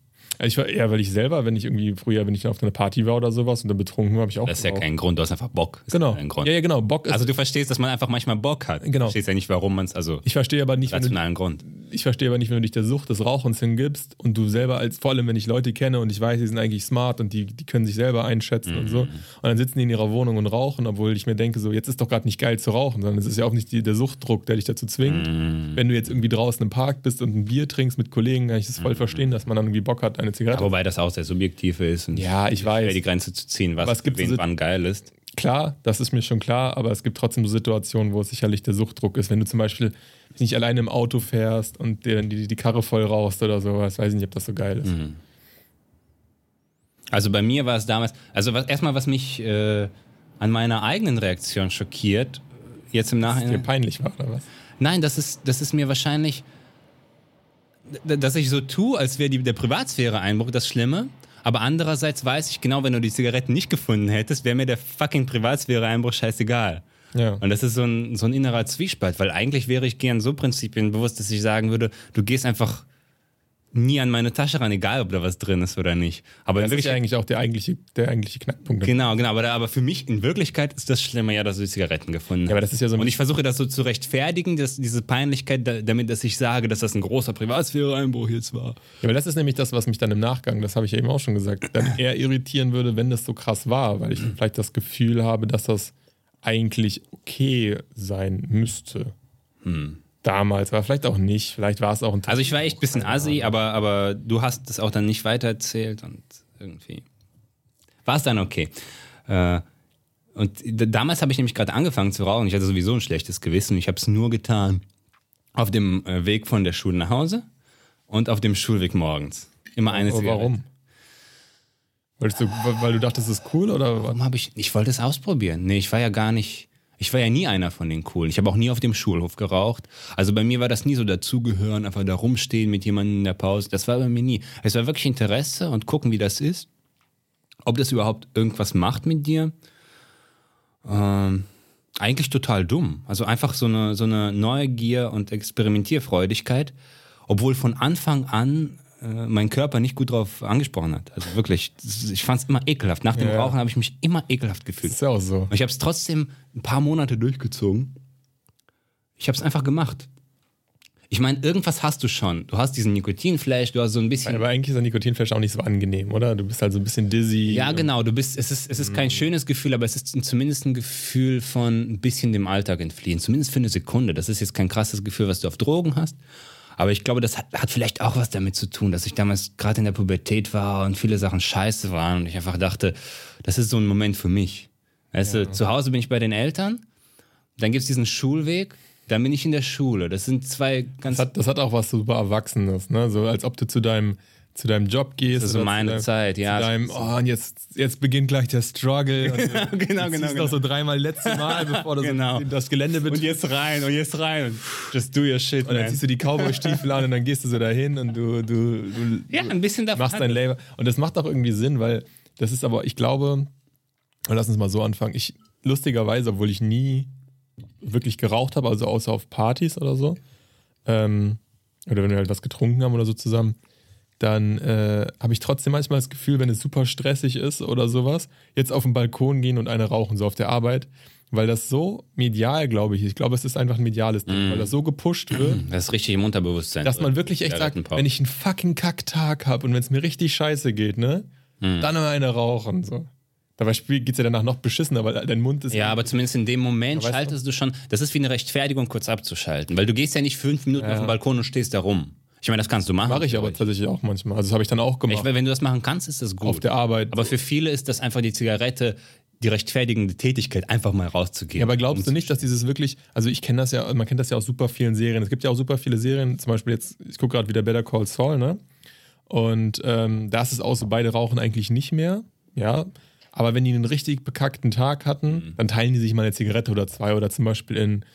Speaker 2: Ich war, ja, weil ich selber, wenn ich irgendwie früher, wenn ich auf einer Party war oder sowas und dann betrunken war, habe ich auch.
Speaker 1: Das ist ja
Speaker 2: geraucht.
Speaker 1: kein Grund. Du hast einfach Bock. Das Ist
Speaker 2: Genau.
Speaker 1: Kein Grund.
Speaker 2: Ja, ja, genau. Bock ist.
Speaker 1: Also du verstehst, dass man einfach manchmal Bock hat. Du
Speaker 2: Genau.
Speaker 1: verstehst ja nicht, warum man es, also
Speaker 2: ich verstehe aber nicht, wenn du,
Speaker 1: rationalen Grund.
Speaker 2: ich verstehe aber nicht, wenn du dich der Sucht des Rauchens hingibst und du selber als, vor allem wenn ich Leute kenne und ich weiß, die sind eigentlich smart und die, die können sich selber einschätzen und
Speaker 1: Mhm.
Speaker 2: so. Und dann sitzen die in ihrer Wohnung und rauchen, obwohl ich mir denke, so, jetzt ist doch gerade nicht geil zu rauchen, sondern es ist ja auch nicht die, der Suchtdruck, der dich dazu zwingt.
Speaker 1: Mhm.
Speaker 2: Wenn du jetzt irgendwie draußen im Park bist und ein Bier trinkst mit Kollegen, kann ich das voll
Speaker 1: Mhm.
Speaker 2: verstehen, dass man dann irgendwie Bock hat, eine Zigarette.
Speaker 1: Wobei das auch sehr subjektiv ist und
Speaker 2: ja, ich
Speaker 1: schwer,
Speaker 2: weiß.
Speaker 1: die Grenze zu ziehen, was,
Speaker 2: Aber es gibt
Speaker 1: wen,
Speaker 2: so-
Speaker 1: wann geil ist.
Speaker 2: Klar, das ist mir schon klar, aber es gibt trotzdem so Situationen, wo es sicherlich der Suchtdruck ist. Wenn du zum Beispiel nicht alleine im Auto fährst und dir dann die, die Karre voll rauchst oder sowas, weiß ich nicht, ob das so geil ist.
Speaker 1: Mhm. Also bei mir war es damals, also was, erstmal was mich äh, an meiner eigenen Reaktion schockiert, jetzt im
Speaker 2: Dass es dir
Speaker 1: Nachhinein.
Speaker 2: peinlich war oder was?
Speaker 1: Nein, das ist, das ist mir wahrscheinlich, d- dass ich so tue, als wäre die der Privatsphäre Einbruch das Schlimme. Aber andererseits weiß ich genau, wenn du die Zigaretten nicht gefunden hättest, wäre mir der fucking Privatsphäre Einbruch scheißegal.
Speaker 2: Ja.
Speaker 1: Und das ist so ein, so ein innerer Zwiespalt, weil eigentlich wäre ich gern so Prinzipien bewusst, dass ich sagen würde, du gehst einfach nie an meine Tasche ran, egal ob da was drin ist oder nicht. Aber in
Speaker 2: Das ist ja
Speaker 1: Wirklichkeit,
Speaker 2: eigentlich auch der eigentliche, der eigentliche Knackpunkt.
Speaker 1: genau, genau. Aber, da, aber für mich in Wirklichkeit ist das Schlimme ja, dass du die Zigaretten gefunden
Speaker 2: Ja, aber das ist ja so ein
Speaker 1: und ich versuche das so zu rechtfertigen, dass diese Peinlichkeit, da, damit, dass ich sage, dass das ein großer Privatsphäre-Einbruch jetzt war.
Speaker 2: Ja, aber das ist nämlich das, was mich dann im Nachgang, das habe ich ja eben auch schon gesagt, dann eher irritieren würde, wenn das so krass war, weil ich vielleicht das Gefühl habe, dass das eigentlich okay sein müsste. Damals, aber vielleicht auch nicht. Vielleicht war es auch ein
Speaker 1: Hm. Also ich war echt ein bisschen assi, aber, aber du hast das auch dann nicht weitererzählt und irgendwie war es dann okay. Äh, und d- damals habe ich nämlich gerade angefangen zu rauchen. Ich hatte sowieso ein schlechtes Gewissen. Ich habe es nur getan auf dem äh, Weg von der Schule nach Hause und auf dem Schulweg morgens. Immer eine
Speaker 2: Aber
Speaker 1: Zigarette.
Speaker 2: warum? Wolltest du, weil weil du dachtest, es ist cool oder was?
Speaker 1: Warum habe ich. Ich wollte es ausprobieren. Nee, ich war ja gar nicht. Ich war ja nie einer von den coolen. Ich habe auch nie auf dem Schulhof geraucht. Also bei mir war das nie so dazugehören, einfach da rumstehen mit jemandem in der Pause. Das war bei mir nie. Es war wirklich Interesse und gucken, wie das ist. Ob das überhaupt irgendwas macht mit dir. Ähm, eigentlich total dumm. Also einfach so eine, so eine Neugier und Experimentierfreudigkeit, obwohl von Anfang an äh, mein Körper nicht gut drauf angesprochen hat. Also wirklich, das- ich fand es immer ekelhaft. Nach dem
Speaker 2: Ja.
Speaker 1: Rauchen habe ich mich immer ekelhaft gefühlt.
Speaker 2: Ist ja auch so.
Speaker 1: Und ich habe es trotzdem ein paar Monate durchgezogen. Ich habe es einfach gemacht. Ich meine, irgendwas hast du schon. Du hast diesen Nikotinflash, du hast so ein bisschen.
Speaker 2: Aber eigentlich ist der Nikotinflash auch nicht so angenehm, oder? Du bist halt so ein bisschen dizzy.
Speaker 1: Ja, genau. Du bist, es ist, es ist
Speaker 2: Mhm.
Speaker 1: kein schönes Gefühl, aber es ist ein- zumindest ein Gefühl von ein bisschen dem Alltag entfliehen. Zumindest für eine Sekunde. Das ist jetzt kein krasses Gefühl, was du auf Drogen hast. Aber ich glaube, das hat, hat vielleicht auch was damit zu tun, dass ich damals gerade in der Pubertät war und viele Sachen scheiße waren und ich einfach dachte, das ist so ein Moment für mich. Weißt du, zu Hause bin ich bei den Eltern, dann gibt es diesen Schulweg, dann bin ich in der Schule. Das sind zwei ganz.
Speaker 2: Das hat, das hat auch was super Erwachsenes, ne? So als ob du zu deinem, zu deinem Job gehst.
Speaker 1: Das ist so
Speaker 2: oder zu
Speaker 1: meine
Speaker 2: deinem,
Speaker 1: Zeit, ja.
Speaker 2: Zu deinem, oh, und jetzt, jetzt beginnt gleich
Speaker 1: (laughs)
Speaker 2: der Struggle. Und du
Speaker 1: genau,
Speaker 2: ziehst noch so dreimal letzte
Speaker 1: (laughs)
Speaker 2: Mal, bevor du
Speaker 1: Genau.
Speaker 2: so das Gelände betrittst.
Speaker 1: Und jetzt rein, und jetzt rein. Und just do your shit,
Speaker 2: Und dann
Speaker 1: man.
Speaker 2: ziehst du die Cowboy-Stiefel an und dann gehst du so dahin und du, du, du
Speaker 1: Ja, ein bisschen davon.
Speaker 2: machst
Speaker 1: hat-
Speaker 2: dein Label. Und das macht auch irgendwie Sinn, weil das ist aber, ich glaube, lass uns mal so anfangen. Ich, lustigerweise, obwohl ich nie wirklich geraucht habe, also außer auf Partys oder so, ähm, oder wenn wir halt was getrunken haben oder so zusammen, dann äh, habe ich trotzdem manchmal das Gefühl, wenn es super stressig ist oder sowas, jetzt auf den Balkon gehen und eine rauchen, so auf der Arbeit, weil das so medial, glaube ich, ich glaube, es ist einfach ein mediales Ding, weil das so gepusht wird,
Speaker 1: Das ist richtig im Unterbewusstsein.
Speaker 2: dass man
Speaker 1: drin.
Speaker 2: wirklich echt
Speaker 1: Äh, Ja,
Speaker 2: sagt,
Speaker 1: das ist ein Pop.
Speaker 2: wenn ich einen fucking Kacktag habe und wenn es mir richtig scheiße geht, ne,
Speaker 1: Hm.
Speaker 2: dann mal eine rauchen. So. Dabei geht es ja danach noch beschissener, weil dein Mund ist.
Speaker 1: ja, aber zumindest in dem Moment
Speaker 2: weißt du-
Speaker 1: schaltest du schon. Das ist wie eine Rechtfertigung, kurz abzuschalten. Weil du gehst ja nicht fünf Minuten auf den Balkon und stehst da rum. Ich meine, das kannst du machen.
Speaker 2: mache ich aber tatsächlich auch manchmal. Also das habe ich dann auch
Speaker 1: Ich,
Speaker 2: gemacht.
Speaker 1: weil wenn du das machen kannst, ist das gut.
Speaker 2: auf der Arbeit.
Speaker 1: aber für viele ist das einfach die Zigarette, die rechtfertigende Tätigkeit, einfach mal rauszugehen. Um
Speaker 2: Ja, aber glaubst du nicht, dass dieses wirklich, also ich kenne das ja, man kennt das ja aus super vielen Serien. Es gibt ja auch super viele Serien, zum Beispiel jetzt, ich gucke gerade wieder Better Call Saul, ne? Und ähm, da ist es auch so, beide rauchen eigentlich nicht mehr, ja. Aber wenn die einen richtig bekackten Tag hatten,
Speaker 1: Hm.
Speaker 2: dann teilen die sich mal eine Zigarette oder zwei oder zum Beispiel in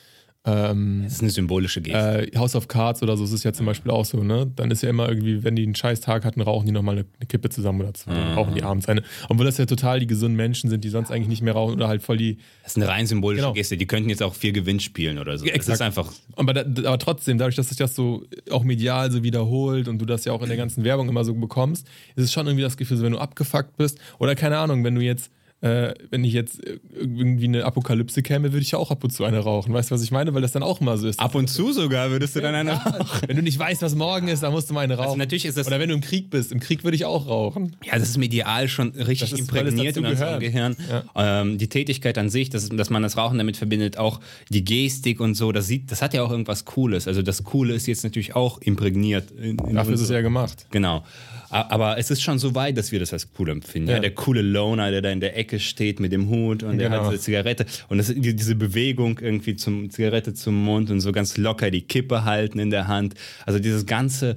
Speaker 1: Das ist eine symbolische Geste.
Speaker 2: äh, House of Cards oder so, ist es ja zum Beispiel auch so, ne? Dann ist ja immer irgendwie, wenn die einen scheiß Tag hatten, rauchen die nochmal eine, eine Kippe zusammen oder zwei, rauchen die abends eine. Obwohl das ja total die gesunden Menschen sind, die sonst eigentlich nicht mehr rauchen oder halt voll die
Speaker 1: Das ist eine rein symbolische
Speaker 2: genau.
Speaker 1: Geste. Die könnten jetzt auch vier Gewinn spielen oder so. Das ist
Speaker 2: exakt.
Speaker 1: einfach
Speaker 2: Aber, da, aber trotzdem, dadurch, dass sich das so auch medial so wiederholt und du das ja auch in der ganzen Werbung immer so bekommst, ist es schon irgendwie das Gefühl, so, wenn du abgefuckt bist oder keine Ahnung, wenn du jetzt, äh, wenn ich jetzt äh, irgendwie eine Apokalypse käme, würde ich ja auch ab und zu eine rauchen. Weißt du, was ich meine? Weil das dann auch immer so ist.
Speaker 1: Ab und zu sogar würdest du dann eine rauchen.
Speaker 2: wenn du nicht weißt, was morgen ist, dann musst du mal eine rauchen.
Speaker 1: Also natürlich ist das-
Speaker 2: oder wenn du im Krieg bist, im Krieg würde ich auch rauchen.
Speaker 1: Ja, das ist medial schon richtig
Speaker 2: Das ist, weil es
Speaker 1: imprägniert in
Speaker 2: dazu
Speaker 1: unserem Gehirn.
Speaker 2: gehört.
Speaker 1: Ähm, die Tätigkeit an sich, dass, dass man das Rauchen damit verbindet, auch die Gestik und so, das, sieht, das hat ja auch irgendwas Cooles. Also das Coole ist jetzt natürlich auch imprägniert. In, in
Speaker 2: Dafür ist es
Speaker 1: unsere-
Speaker 2: ja gemacht.
Speaker 1: Genau. A- Aber es ist schon so weit, dass wir das als cool empfinden. Ja.
Speaker 2: Ja.
Speaker 1: der coole Loner, der da in der Ecke steht mit dem Hut und der
Speaker 2: Genau.
Speaker 1: hat seine Zigarette. Und das, die, diese Bewegung irgendwie zum Zigarette zum Mund und so ganz locker die Kippe halten in der Hand. Also dieses ganze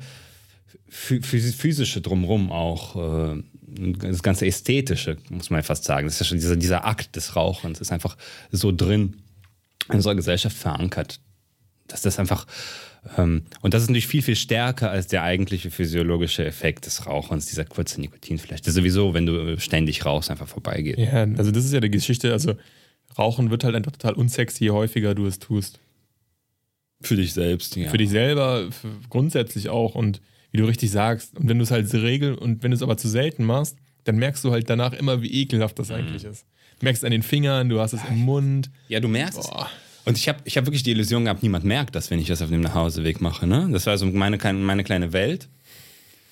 Speaker 1: phy- phys- physische drumrum auch. Äh, das ganze Ästhetische, muss man ja fast sagen. Das ist ja schon dieser, dieser Akt des Rauchens, ist einfach so drin in unserer Gesellschaft verankert. Dass das einfach. Ähm, und das ist natürlich viel, viel stärker als der eigentliche physiologische Effekt des Rauchens, dieser kurze Nikotinflash, der sowieso, wenn du ständig rauchst, einfach vorbeigeht.
Speaker 2: Ja, also das ist ja die Geschichte. Also Rauchen wird halt einfach total unsexy, je häufiger du es tust.
Speaker 1: Für dich selbst, ja.
Speaker 2: für dich selber für grundsätzlich auch und wie du richtig sagst und wenn du es halt regeln und wenn du es aber zu selten machst, dann merkst du halt danach immer, wie ekelhaft das eigentlich ist. Du merkst es an den Fingern, du hast es im Mund.
Speaker 1: Mhm. Ja, du merkst es.
Speaker 2: Boah.
Speaker 1: Und ich habe ich hab wirklich die Illusion gehabt, niemand merkt das, wenn ich das auf dem Nachhauseweg mache. Ne? Das war so meine, kleine- meine kleine Welt.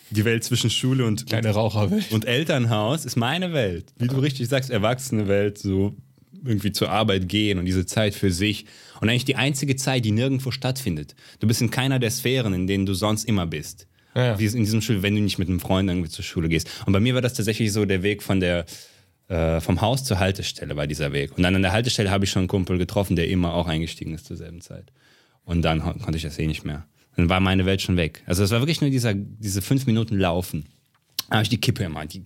Speaker 1: Die Welt zwischen Schule und,
Speaker 2: Kleine Raucherwelt.
Speaker 1: Und Elternhaus ist meine Welt. Wie du richtig sagst, Erwachsenenwelt, so irgendwie zur Arbeit gehen und diese Zeit für sich. Und eigentlich die einzige Zeit, die nirgendwo stattfindet. Du bist in keiner der Sphären, in denen du sonst immer bist.
Speaker 2: Ja, ja.
Speaker 1: Wie es in diesem Schul, wenn du nicht mit einem Freund irgendwie zur Schule gehst. Und bei mir war das tatsächlich so der Weg von der äh, vom Haus zur Haltestelle war dieser Weg. Und dann an der Haltestelle habe ich schon einen Kumpel getroffen, der immer auch eingestiegen ist zur selben Zeit. Und dann ho- konnte ich das eh nicht mehr. Dann war meine Welt schon weg. Also es war wirklich nur dieser, diese fünf Minuten Laufen. Da habe ich die Kippe immer, die,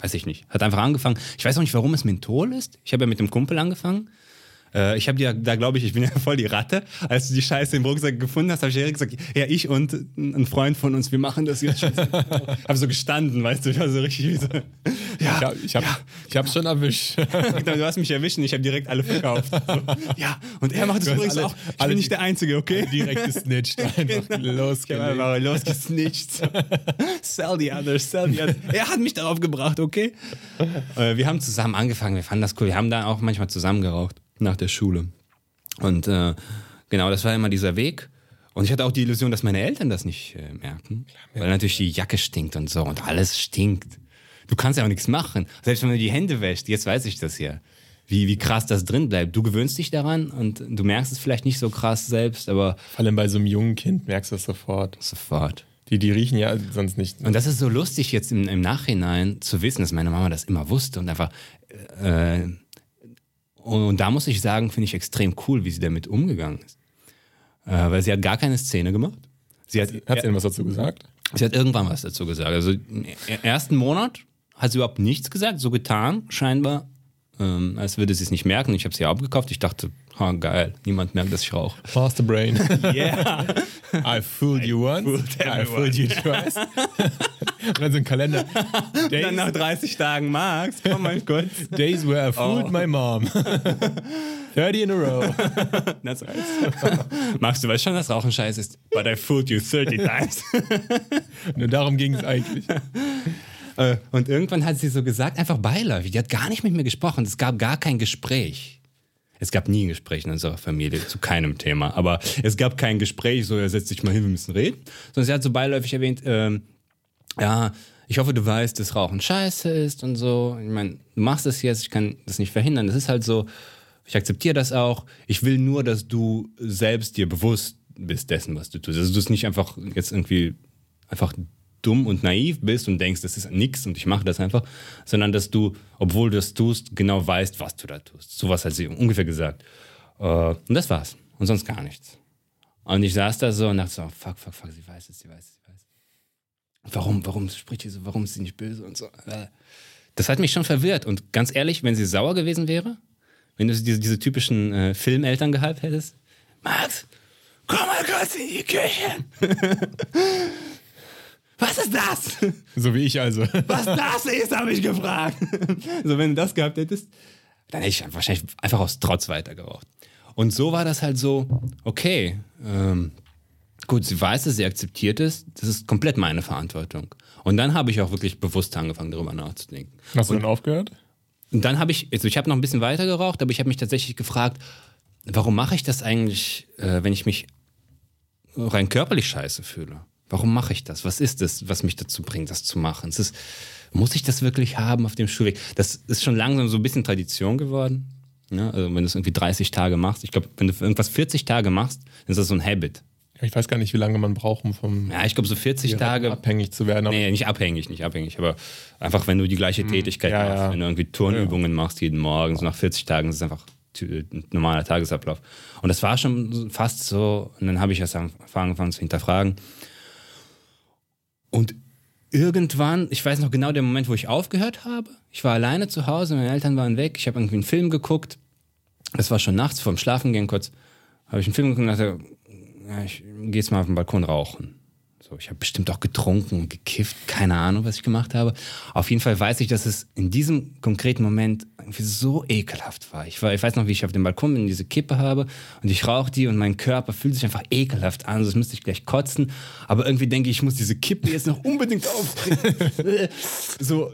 Speaker 1: weiß ich nicht, hat einfach angefangen. Ich weiß auch nicht, warum es Menthol ist. Ich habe ja mit dem Kumpel angefangen. Äh, ich habe ja, da glaube ich, ich bin ja voll die Ratte. Als du die Scheiße im Rucksack gefunden hast, habe ich ja direkt gesagt, ja, ich und ein Freund von uns, wir machen das jetzt schon.
Speaker 2: (laughs)
Speaker 1: habe so gestanden, weißt du, ich war so richtig wie so, (laughs)
Speaker 2: Ich hab- ich habe ich hab's schon erwischt.
Speaker 1: Genau, du hast mich erwischt und ich habe direkt alle
Speaker 2: (laughs)
Speaker 1: verkauft. So, ja, und er macht es
Speaker 2: Du hast
Speaker 1: übrigens
Speaker 2: alle-
Speaker 1: auch. Ich bin
Speaker 2: alle die-
Speaker 1: nicht der Einzige, okay? (laughs)
Speaker 2: Direkt gesnitcht. Einfach
Speaker 1: Genau. Ich hab
Speaker 2: losgelegt.
Speaker 1: einfach losgesnitcht. (laughs) sell the others, sell the others. Er hat mich darauf gebracht, okay? Äh, wir haben zusammen angefangen, wir fanden das cool. Wir haben da auch manchmal zusammen geraucht nach der Schule. Und äh, genau, das war immer dieser Weg. Und ich hatte auch die Illusion, dass meine Eltern das nicht äh, merken, weil natürlich die Jacke stinkt und so und alles stinkt. Du kannst ja auch nichts machen. Selbst wenn du die Hände wäschst, jetzt weiß ich das ja, wie, wie krass das drin bleibt. Du gewöhnst dich daran und du merkst es vielleicht nicht so krass selbst, aber
Speaker 2: Vor allem bei so einem jungen Kind merkst du es sofort.
Speaker 1: sofort.
Speaker 2: Die, die riechen ja sonst nicht.
Speaker 1: Und das ist so lustig jetzt im, im Nachhinein zu wissen, dass meine Mama das immer wusste und einfach. Äh, und, und da muss ich sagen, finde ich extrem cool, wie sie damit umgegangen ist. Äh, weil sie hat gar keine Szene gemacht. Sie hat,
Speaker 2: Hat sie denn was dazu gesagt?
Speaker 1: sie hat irgendwann was dazu gesagt. Also im ersten Monat hat sie überhaupt nichts gesagt, so getan, scheinbar, ähm, als würde sie es nicht merken. Ich habe sie ja abgekauft. Ich dachte, ha, geil, niemand merkt, dass ich
Speaker 2: (laughs)
Speaker 1: rauche.
Speaker 2: Master Brain.
Speaker 1: Yeah.
Speaker 2: I fooled you once. I fooled you twice. Und dann so ein Kalender.
Speaker 1: Dann nach
Speaker 2: Days,
Speaker 1: 30 Tagen Max,
Speaker 2: Oh
Speaker 1: komm mal kurz.
Speaker 2: days where I
Speaker 1: Oh.
Speaker 2: fooled my mom. 30 in a row.
Speaker 1: Das (laughs) Max, du weißt schon, dass Rauchen scheiße ist. But I fooled you 30 times.
Speaker 2: Nur darum ging es eigentlich.
Speaker 1: Äh, (laughs) und irgendwann hat sie so gesagt, einfach beiläufig. Die hat gar nicht mit mir gesprochen. Es gab gar kein Gespräch. Es gab nie ein Gespräch in unserer Familie zu keinem Thema. Aber es gab kein Gespräch, so, er setzt dich mal hin, wir müssen reden. Sondern sie hat so beiläufig erwähnt, ähm, ja, ich hoffe, du weißt, dass Rauchen scheiße ist und so. Ich meine, du machst es jetzt, ich kann das nicht verhindern. Das ist halt so, ich akzeptiere das auch. Ich will nur, dass du selbst dir bewusst bist dessen, was du tust. Also du es nicht einfach jetzt irgendwie einfach dumm und naiv bist und denkst, das ist nix und ich mache das einfach, sondern dass du, obwohl du das tust, genau weißt, was du da tust. Sowas hat sie ungefähr gesagt. Äh, Und das war's. Und sonst gar nichts. Und ich saß da so und dachte so, oh, fuck, fuck, fuck, sie weiß es, sie weiß es, sie weiß es warum, warum spricht sie so, warum ist sie nicht böse und so. Äh, Das hat mich schon verwirrt. Und ganz ehrlich, wenn sie sauer gewesen wäre, wenn du diese, diese typischen äh, Filmeltern gehabt hättest, Max, komm mal kurz in die Küche. (laughs) Was ist das?
Speaker 2: So wie ich also.
Speaker 1: (laughs) Was das ist, habe ich gefragt. so, wenn du das gehabt hättest, dann hätte ich wahrscheinlich einfach aus Trotz weitergeraucht. Und so war das halt so, okay, ähm, gut, sie weiß es, sie akzeptiert es, das ist komplett meine Verantwortung. Und dann habe ich auch wirklich bewusst angefangen, darüber nachzudenken.
Speaker 2: Hast du dann aufgehört?
Speaker 1: Und dann habe ich, also ich habe noch ein bisschen weiter geraucht, aber ich habe mich tatsächlich gefragt, warum mache ich das eigentlich, äh, wenn ich mich rein körperlich scheiße fühle? Warum mache ich das? Was ist es, was mich dazu bringt, das zu machen? Es ist, muss ich das wirklich haben auf dem Schulweg? Das ist schon langsam so ein bisschen Tradition geworden. Ne? Also wenn du es irgendwie 30 Tage machst, ich glaube, wenn du irgendwas 40 Tage machst, dann ist das so ein Habit.
Speaker 2: Ich weiß gar nicht, wie lange man braucht, um vom
Speaker 1: Ja, ich glaube, so 40 Tage.
Speaker 2: abhängig zu werden. Aber
Speaker 1: Nee, nicht abhängig, nicht abhängig, aber einfach, wenn du die gleiche Tätigkeit
Speaker 2: Hm. ja,
Speaker 1: machst,
Speaker 2: ja.
Speaker 1: wenn du irgendwie Turnübungen machst jeden Morgen, so nach 40 Tagen ist es einfach ty- ein normaler Tagesablauf. Und das war schon fast so, und dann habe ich erst anf- angefangen zu hinterfragen. Und irgendwann, ich weiß noch genau den Moment, wo ich aufgehört habe. Ich war alleine zu Hause, meine Eltern waren weg, ich habe irgendwie einen Film geguckt. Das war schon nachts, vorm Schlafengehen kurz, habe ich einen Film geguckt und dachte, ja, ich gehe jetzt mal auf den Balkon rauchen. So, ich habe bestimmt auch getrunken und gekifft, keine Ahnung, was ich gemacht habe. Auf jeden Fall weiß ich, dass es in diesem konkreten Moment irgendwie so ekelhaft war. Ich, war. ich weiß noch, wie ich auf dem Balkon bin, diese Kippe habe und ich rauche die und mein Körper fühlt sich einfach ekelhaft an, so als müsste ich gleich kotzen. Aber irgendwie denke ich, ich muss diese Kippe jetzt noch unbedingt aufkriegen. so,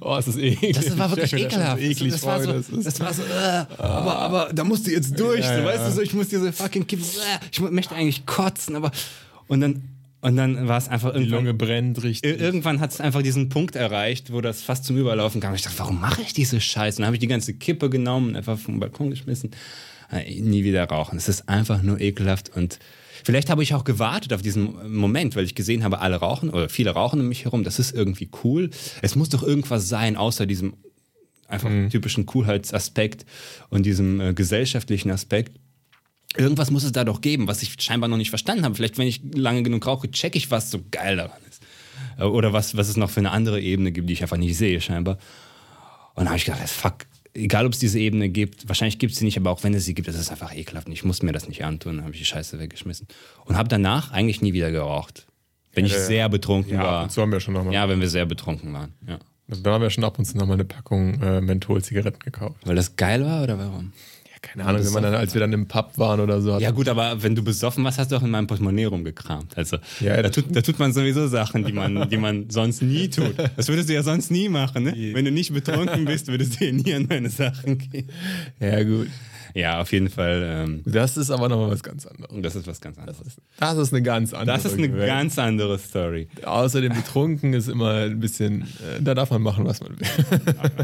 Speaker 2: oh, es ist eklig.
Speaker 1: das war wirklich
Speaker 2: Stell mir
Speaker 1: ekelhaft.
Speaker 2: Das, so eklig
Speaker 1: das war
Speaker 2: vor,
Speaker 1: so,
Speaker 2: wie das
Speaker 1: das
Speaker 2: ist.
Speaker 1: war so äh, aber, aber da musst du jetzt durch,
Speaker 2: Ja,
Speaker 1: so,
Speaker 2: ja.
Speaker 1: weißt du, so, ich muss diese fucking Kippe, äh, ich mu- möchte eigentlich kotzen, aber und dann, und dann war es einfach
Speaker 2: die
Speaker 1: irgendwann,
Speaker 2: Lunge brennt
Speaker 1: ir-
Speaker 2: richtig.
Speaker 1: irgendwann hat es einfach diesen Punkt erreicht, wo das fast zum Überlaufen kam. Ich dachte, warum mache ich diese Scheiße? Und dann habe ich die ganze Kippe genommen und einfach vom Balkon geschmissen. Äh, nie wieder rauchen. Es ist einfach nur ekelhaft und vielleicht habe ich auch gewartet auf diesen Moment, weil ich gesehen habe, alle rauchen oder viele rauchen um mich herum. Das ist irgendwie cool. Es muss doch irgendwas sein, außer diesem einfach typischen Coolheitsaspekt und diesem äh, gesellschaftlichen Aspekt. Irgendwas muss es da doch geben, was ich scheinbar noch nicht verstanden habe. Vielleicht, wenn ich lange genug rauche, checke ich, was so geil daran ist. Äh, Oder was, was es noch für eine andere Ebene gibt, die ich einfach nicht sehe, scheinbar. Und dann habe ich gedacht, fuck, egal ob es diese Ebene gibt, wahrscheinlich gibt es sie nicht, aber auch wenn es sie gibt, ist es einfach ekelhaft und ich muss mir das nicht antun. Dann habe ich die Scheiße weggeschmissen. Und habe danach eigentlich nie wieder geraucht. Wenn ich
Speaker 2: Ja, ja.
Speaker 1: sehr betrunken
Speaker 2: Ja, ab
Speaker 1: war.
Speaker 2: und zu haben wir schon nochmal.
Speaker 1: Ja, wenn wir sehr betrunken waren. Ja.
Speaker 2: Also da haben wir schon ab und zu nochmal eine Packung äh, Menthol-Zigaretten gekauft.
Speaker 1: Weil das geil war oder warum?
Speaker 2: Ja, Keine Ahnung, wenn man dann, als wir dann im Pub waren oder so. hat-
Speaker 1: Ja, gut, aber wenn du besoffen warst, hast du auch in meinem Portemonnaie rumgekramt. Also,
Speaker 2: Ja,
Speaker 1: da,
Speaker 2: das-
Speaker 1: tut, da tut man sowieso Sachen, die man, die man sonst nie
Speaker 2: (laughs)
Speaker 1: tut. Das würdest du ja sonst nie machen, ne? Wenn du nicht betrunken bist, würdest du ja nie an meine Sachen gehen.
Speaker 2: ja, gut.
Speaker 1: Ja, auf jeden Fall. Ähm,
Speaker 2: Das ist aber nochmal was ganz anderes.
Speaker 1: das ist was ganz anderes.
Speaker 2: Das ist eine ganz andere
Speaker 1: Das ist eine
Speaker 2: Welt.
Speaker 1: ganz andere Story.
Speaker 2: Außerdem betrunken ist immer ein bisschen, äh, da darf man machen, was man will.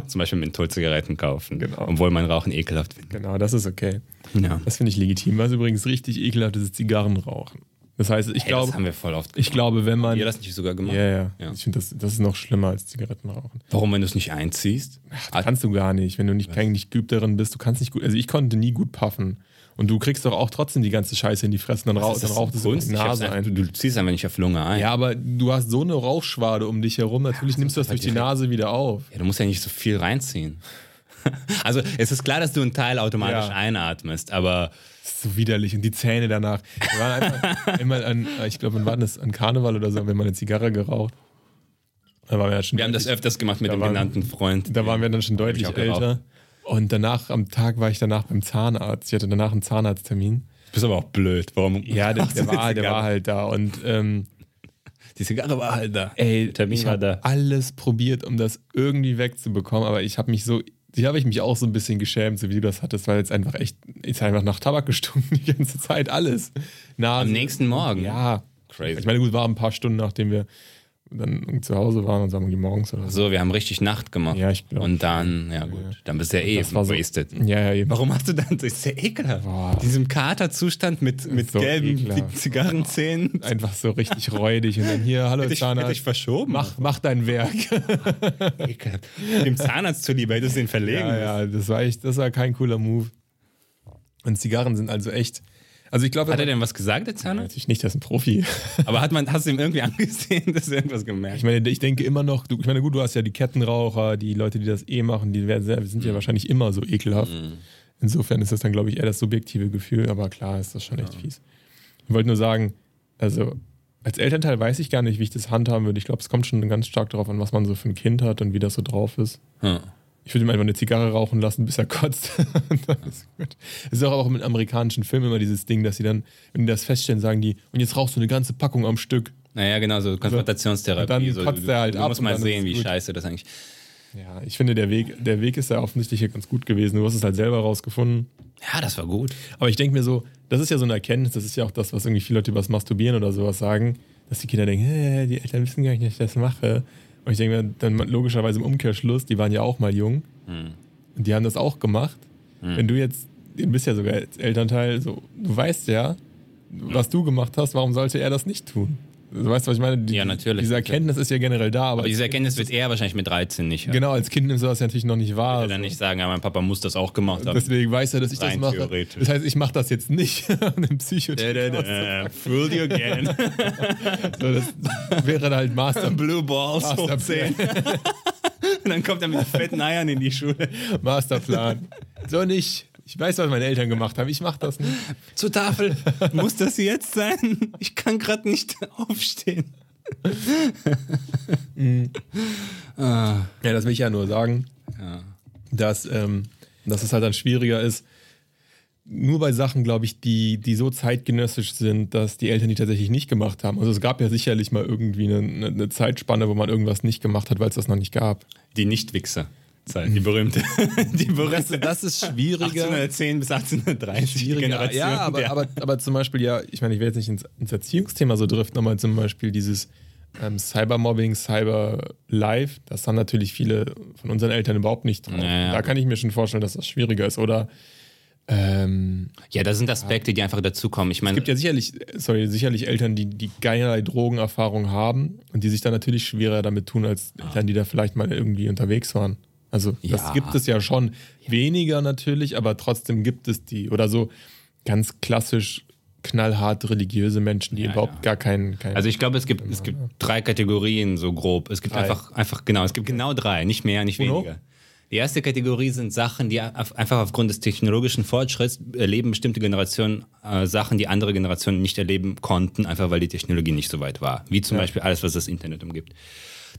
Speaker 1: Zum Beispiel Mentholzigaretten kaufen,
Speaker 2: Genau.
Speaker 1: obwohl man Rauchen ekelhaft findet.
Speaker 2: Genau, das ist okay.
Speaker 1: Ja.
Speaker 2: Das finde ich legitim. Was übrigens richtig ekelhaft ist, ist Zigarrenrauchen. Das heißt, ich
Speaker 1: Hey, das
Speaker 2: glaube,
Speaker 1: haben wir voll oft
Speaker 2: ich glaube, wenn man.
Speaker 1: Habt ihr das nicht sogar
Speaker 2: ja,
Speaker 1: gemacht?
Speaker 2: ja,
Speaker 1: Ja.
Speaker 2: Ich finde, das, das ist noch schlimmer als Zigarettenrauchen.
Speaker 1: Warum, wenn du es nicht einziehst? Ah,
Speaker 2: Das kannst du gar nicht, wenn du nicht, kein, nicht geübt darin bist. Du kannst nicht gut. Also ich konnte nie gut puffen. Und du kriegst doch auch trotzdem die ganze Scheiße in die Fresse, dann, rauch,
Speaker 1: Ist
Speaker 2: dann
Speaker 1: das
Speaker 2: raucht es in
Speaker 1: Kunst?
Speaker 2: die
Speaker 1: Ich hab's
Speaker 2: Nase
Speaker 1: einfach-
Speaker 2: ein.
Speaker 1: Du, du ziehst einfach nicht auf Lunge ein.
Speaker 2: Ja, aber du hast so eine Rauchschwade um dich herum, natürlich nimmst du das
Speaker 1: halt
Speaker 2: durch die
Speaker 1: direkt-
Speaker 2: Nase wieder auf.
Speaker 1: Ja, du musst ja nicht so viel reinziehen. (laughs) Also es ist klar, dass du einen Teil automatisch
Speaker 2: Ja.
Speaker 1: einatmest, aber
Speaker 2: so widerlich und die Zähne danach. Wir waren (laughs) einfach immer an, äh, ich glaube, wann war das? An Karneval oder so, haben wir mal eine Zigarre geraucht. Da waren wir, ja schon
Speaker 1: wir haben das
Speaker 2: deutlich-
Speaker 1: öfters gemacht mit
Speaker 2: Da
Speaker 1: dem
Speaker 2: waren-
Speaker 1: genannten Freund.
Speaker 2: Da waren wir dann schon deutlich
Speaker 1: auch geraucht.
Speaker 2: älter. Und danach, am Tag war ich danach beim Zahnarzt. Ich hatte danach einen Zahnarzttermin.
Speaker 1: Du bist aber auch blöd. Warum?
Speaker 2: Ja, der, der,
Speaker 1: Die
Speaker 2: war, der
Speaker 1: Zigarre-
Speaker 2: war halt da. Und ähm,
Speaker 1: Die Zigarre war halt da.
Speaker 2: Ey,
Speaker 1: Termin
Speaker 2: ich
Speaker 1: war
Speaker 2: hab
Speaker 1: da.
Speaker 2: alles probiert, um das irgendwie wegzubekommen, aber ich habe mich so, hier habe ich mich auch so ein bisschen geschämt, so wie du das hattest, weil jetzt einfach echt, jetzt einfach nach Tabak gestunken (laughs) die ganze Zeit, alles. Na,
Speaker 1: Am nächsten Morgen?
Speaker 2: Ja.
Speaker 1: Crazy.
Speaker 2: Ich meine, gut, war ein paar Stunden, nachdem wir dann zu Hause waren und sagen irgendwie morgens oder so.
Speaker 1: So, wir haben richtig Nacht gemacht.
Speaker 2: Ja, ich glaub.
Speaker 1: Und dann, ja gut, dann bist du ja eh
Speaker 2: Das war so-
Speaker 1: wasted.
Speaker 2: Ja, ja, eben.
Speaker 1: Warum hast du dann, das ist ja ekelhaft.
Speaker 2: Boah.
Speaker 1: In Diesem Katerzustand mit, mit
Speaker 2: so
Speaker 1: gelben
Speaker 2: ekelhaft. (laughs)
Speaker 1: Zigarrenzähnen.
Speaker 2: Einfach so
Speaker 1: (laughs)
Speaker 2: richtig räudig und dann hier, hallo
Speaker 1: Hätte ich, hätte ich
Speaker 2: Zahnarzt,
Speaker 1: verschoben.
Speaker 2: mach, mach dein Werk.
Speaker 1: Ekelhaft. Dem Zahnarzt zuliebe hättest du den verlegen.
Speaker 2: Ja, ja, das war echt, das war kein cooler Move. Und Zigarren sind also echt, also ich glaube,
Speaker 1: Hat er denn was gesagt, der Zahnarzt?
Speaker 2: natürlich nicht, das ist ein Profi. (laughs)
Speaker 1: Aber hat man, hast du ihm irgendwie (laughs) angesehen, dass er irgendwas gemerkt
Speaker 2: Ich meine, ich denke immer noch, du, ich meine, gut, du hast ja die Kettenraucher, die Leute, die das eh machen, die werden sehr, sind ja wahrscheinlich immer so ekelhaft. Insofern ist das dann, glaube ich, eher das subjektive Gefühl, aber klar ist das schon echt fies. Ich wollte nur sagen, also als Elternteil weiß ich gar nicht, wie ich das handhaben würde. Ich glaube, es kommt schon ganz stark darauf an, was man so für ein Kind hat und wie das so drauf ist.
Speaker 1: hat?
Speaker 2: Ich würde ihm einfach eine Zigarre rauchen lassen, bis er kotzt. (laughs) Und dann ist gut. Es ist auch, auch mit amerikanischen Filmen immer dieses Ding, dass sie dann, wenn die das feststellen, sagen die, und jetzt rauchst du eine ganze Packung am Stück.
Speaker 1: Naja, genau, so Konfrontationstherapie.
Speaker 2: Dann
Speaker 1: so,
Speaker 2: kotzt er halt
Speaker 1: du
Speaker 2: ab
Speaker 1: musst
Speaker 2: und
Speaker 1: mal
Speaker 2: dann
Speaker 1: sehen, wie
Speaker 2: ist gut.
Speaker 1: scheiße das eigentlich
Speaker 2: Ja, ich finde, der Weg, der Weg ist ja offensichtlich hier ganz gut gewesen. Du hast es halt selber rausgefunden.
Speaker 1: Ja, das war gut.
Speaker 2: Aber ich denke mir so, das ist ja so eine Erkenntnis, das ist ja auch das, was irgendwie viele Leute über das Masturbieren oder sowas sagen, dass die Kinder denken, "Hä, die Eltern wissen gar nicht, dass ich das mache. Und ich denke mir dann logischerweise im Umkehrschluss, die waren ja auch mal jung
Speaker 1: Hm.
Speaker 2: und die haben das auch gemacht. Wenn du jetzt, du bist ja sogar als Elternteil, so, du weißt ja, was du gemacht hast, warum sollte er das nicht tun? Du weißt, was ich meine? Die,
Speaker 1: Ja, natürlich.
Speaker 2: Diese Erkenntnis ist ja generell da, aber
Speaker 1: Aber diese Erkenntnis wird er wahrscheinlich mit 13 nicht haben.
Speaker 2: genau, als Kind nimmst du das ja natürlich noch nicht wahr.
Speaker 1: Wird er dann
Speaker 2: so.
Speaker 1: nicht sagen, ja, mein Papa muss das auch gemacht haben.
Speaker 2: Deswegen weiß er, dass ich das
Speaker 1: Rein
Speaker 2: mache.
Speaker 1: theoretisch.
Speaker 2: Das heißt, ich mache das jetzt nicht (laughs) an dem
Speaker 1: Dä, dä,
Speaker 2: Psychotherapeuten.
Speaker 1: dä, Fooled you again. (laughs)
Speaker 2: So, das wäre dann halt Master,
Speaker 1: Blue Balls hoch 10.
Speaker 2: Masterplan.
Speaker 1: Und dann kommt er mit fetten Eiern in die Schule.
Speaker 2: (laughs) Masterplan. So nicht. Ich weiß, was meine Eltern gemacht haben. Ich mache das nicht.
Speaker 1: Zur Tafel. Muss das jetzt sein? Ich kann gerade nicht aufstehen.
Speaker 2: Ja, das will ich ja nur sagen, dass, ähm, dass es halt dann schwieriger ist. Nur bei Sachen, glaube ich, die, die so zeitgenössisch sind, dass die Eltern die tatsächlich nicht gemacht haben. Also es gab ja sicherlich mal irgendwie eine, eine, eine Zeitspanne, wo man irgendwas nicht gemacht hat, weil es das noch nicht gab.
Speaker 1: Die Nicht-Wichser-Zeit, die berühmte. (laughs) Die berühmte.
Speaker 2: Das ist schwieriger.
Speaker 1: 1810 bis 1830 die
Speaker 2: schwieriger.
Speaker 1: Generation.
Speaker 2: Ja, aber,
Speaker 1: der-
Speaker 2: aber, aber zum Beispiel, ja, ich meine, ich will jetzt nicht ins, ins Erziehungsthema so driften, aber zum Beispiel dieses ähm, Cybermobbing, Cyberlife, das haben natürlich viele von unseren Eltern überhaupt nicht drauf.
Speaker 1: Ja, ja.
Speaker 2: Da kann ich mir schon vorstellen, dass das schwieriger ist. Oder ähm,
Speaker 1: ja, das sind Aspekte, die einfach dazukommen. Ich meine,
Speaker 2: gibt ja sicherlich, sorry, sicherlich Eltern, die, die keinerlei Drogenerfahrung haben und die sich dann natürlich schwerer damit tun, als Eltern, die da vielleicht mal irgendwie unterwegs waren. Also das
Speaker 1: Ja.
Speaker 2: gibt es ja schon. Weniger natürlich, aber trotzdem gibt es die. Oder so ganz klassisch knallhart religiöse Menschen, die überhaupt
Speaker 1: ja.
Speaker 2: gar keinen... keinen
Speaker 1: also ich glaube, es gibt, es gibt drei Kategorien so grob. Es gibt
Speaker 2: Drei.
Speaker 1: einfach, einfach, genau, es gibt genau drei, nicht mehr, nicht
Speaker 2: Uno?
Speaker 1: weniger. Die erste Kategorie sind Sachen, die auf- einfach aufgrund des technologischen Fortschritts erleben bestimmte Generationen äh, Sachen, die andere Generationen nicht erleben konnten, einfach weil die Technologie nicht so weit war. Wie zum Beispiel alles, was das Internet umgibt.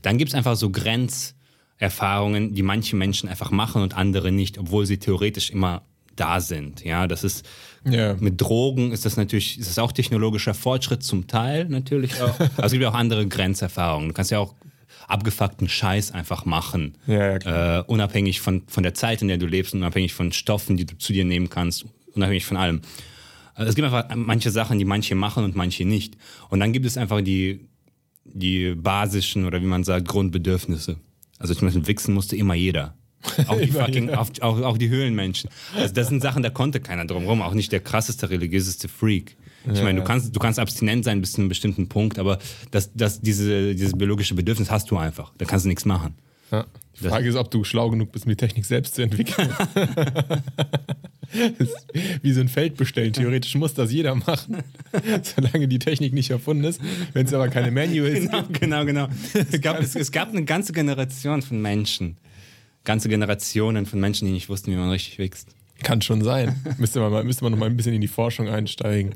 Speaker 1: Dann gibt es einfach so Grenzerfahrungen, die manche Menschen einfach machen und andere nicht, obwohl sie theoretisch immer da sind. Ja, das ist
Speaker 2: Ja.
Speaker 1: Äh, mit Drogen ist das natürlich, ist das auch technologischer Fortschritt zum Teil natürlich auch. Aber es gibt ja auch andere Grenzerfahrungen. Du kannst ja auch abgefuckten Scheiß einfach machen.
Speaker 2: Ja, ja, klar.
Speaker 1: äh, unabhängig von, von der Zeit, in der du lebst, unabhängig von Stoffen, die du zu dir nehmen kannst, unabhängig von allem. Also es gibt einfach manche Sachen, die manche machen und manche nicht. Und dann gibt es einfach die, die basischen oder wie man sagt, Grundbedürfnisse. Also zum Beispiel wichsen musste immer jeder.
Speaker 2: (laughs)
Speaker 1: Auch die,
Speaker 2: Immer
Speaker 1: fucking,
Speaker 2: jeder.
Speaker 1: auch, auch, auch die Höhlenmenschen. Also das sind Sachen, da konnte keiner drum rum. Auch nicht der krasseste, religiöseste Freak. Ich meine, du kannst, du kannst abstinent sein bis zu einem bestimmten Punkt, aber das, das, diese, dieses biologische Bedürfnis hast du einfach. Da kannst du nichts machen.
Speaker 2: Ja. Die
Speaker 1: Das-
Speaker 2: Frage ist, ob du schlau genug bist, um die Technik selbst zu entwickeln. (laughs) Das ist wie so ein Feld bestellen. Theoretisch muss das jeder machen, (laughs) solange die Technik nicht erfunden ist. Wenn es aber keine Manuals gibt. (laughs)
Speaker 1: Genau, genau, genau. Es gab, es, es gab eine ganze Generation von Menschen. Ganze Generationen von Menschen, die nicht wussten, wie man richtig wächst.
Speaker 2: Kann schon sein. Müsste man, mal- müsste man noch mal ein bisschen in die Forschung einsteigen.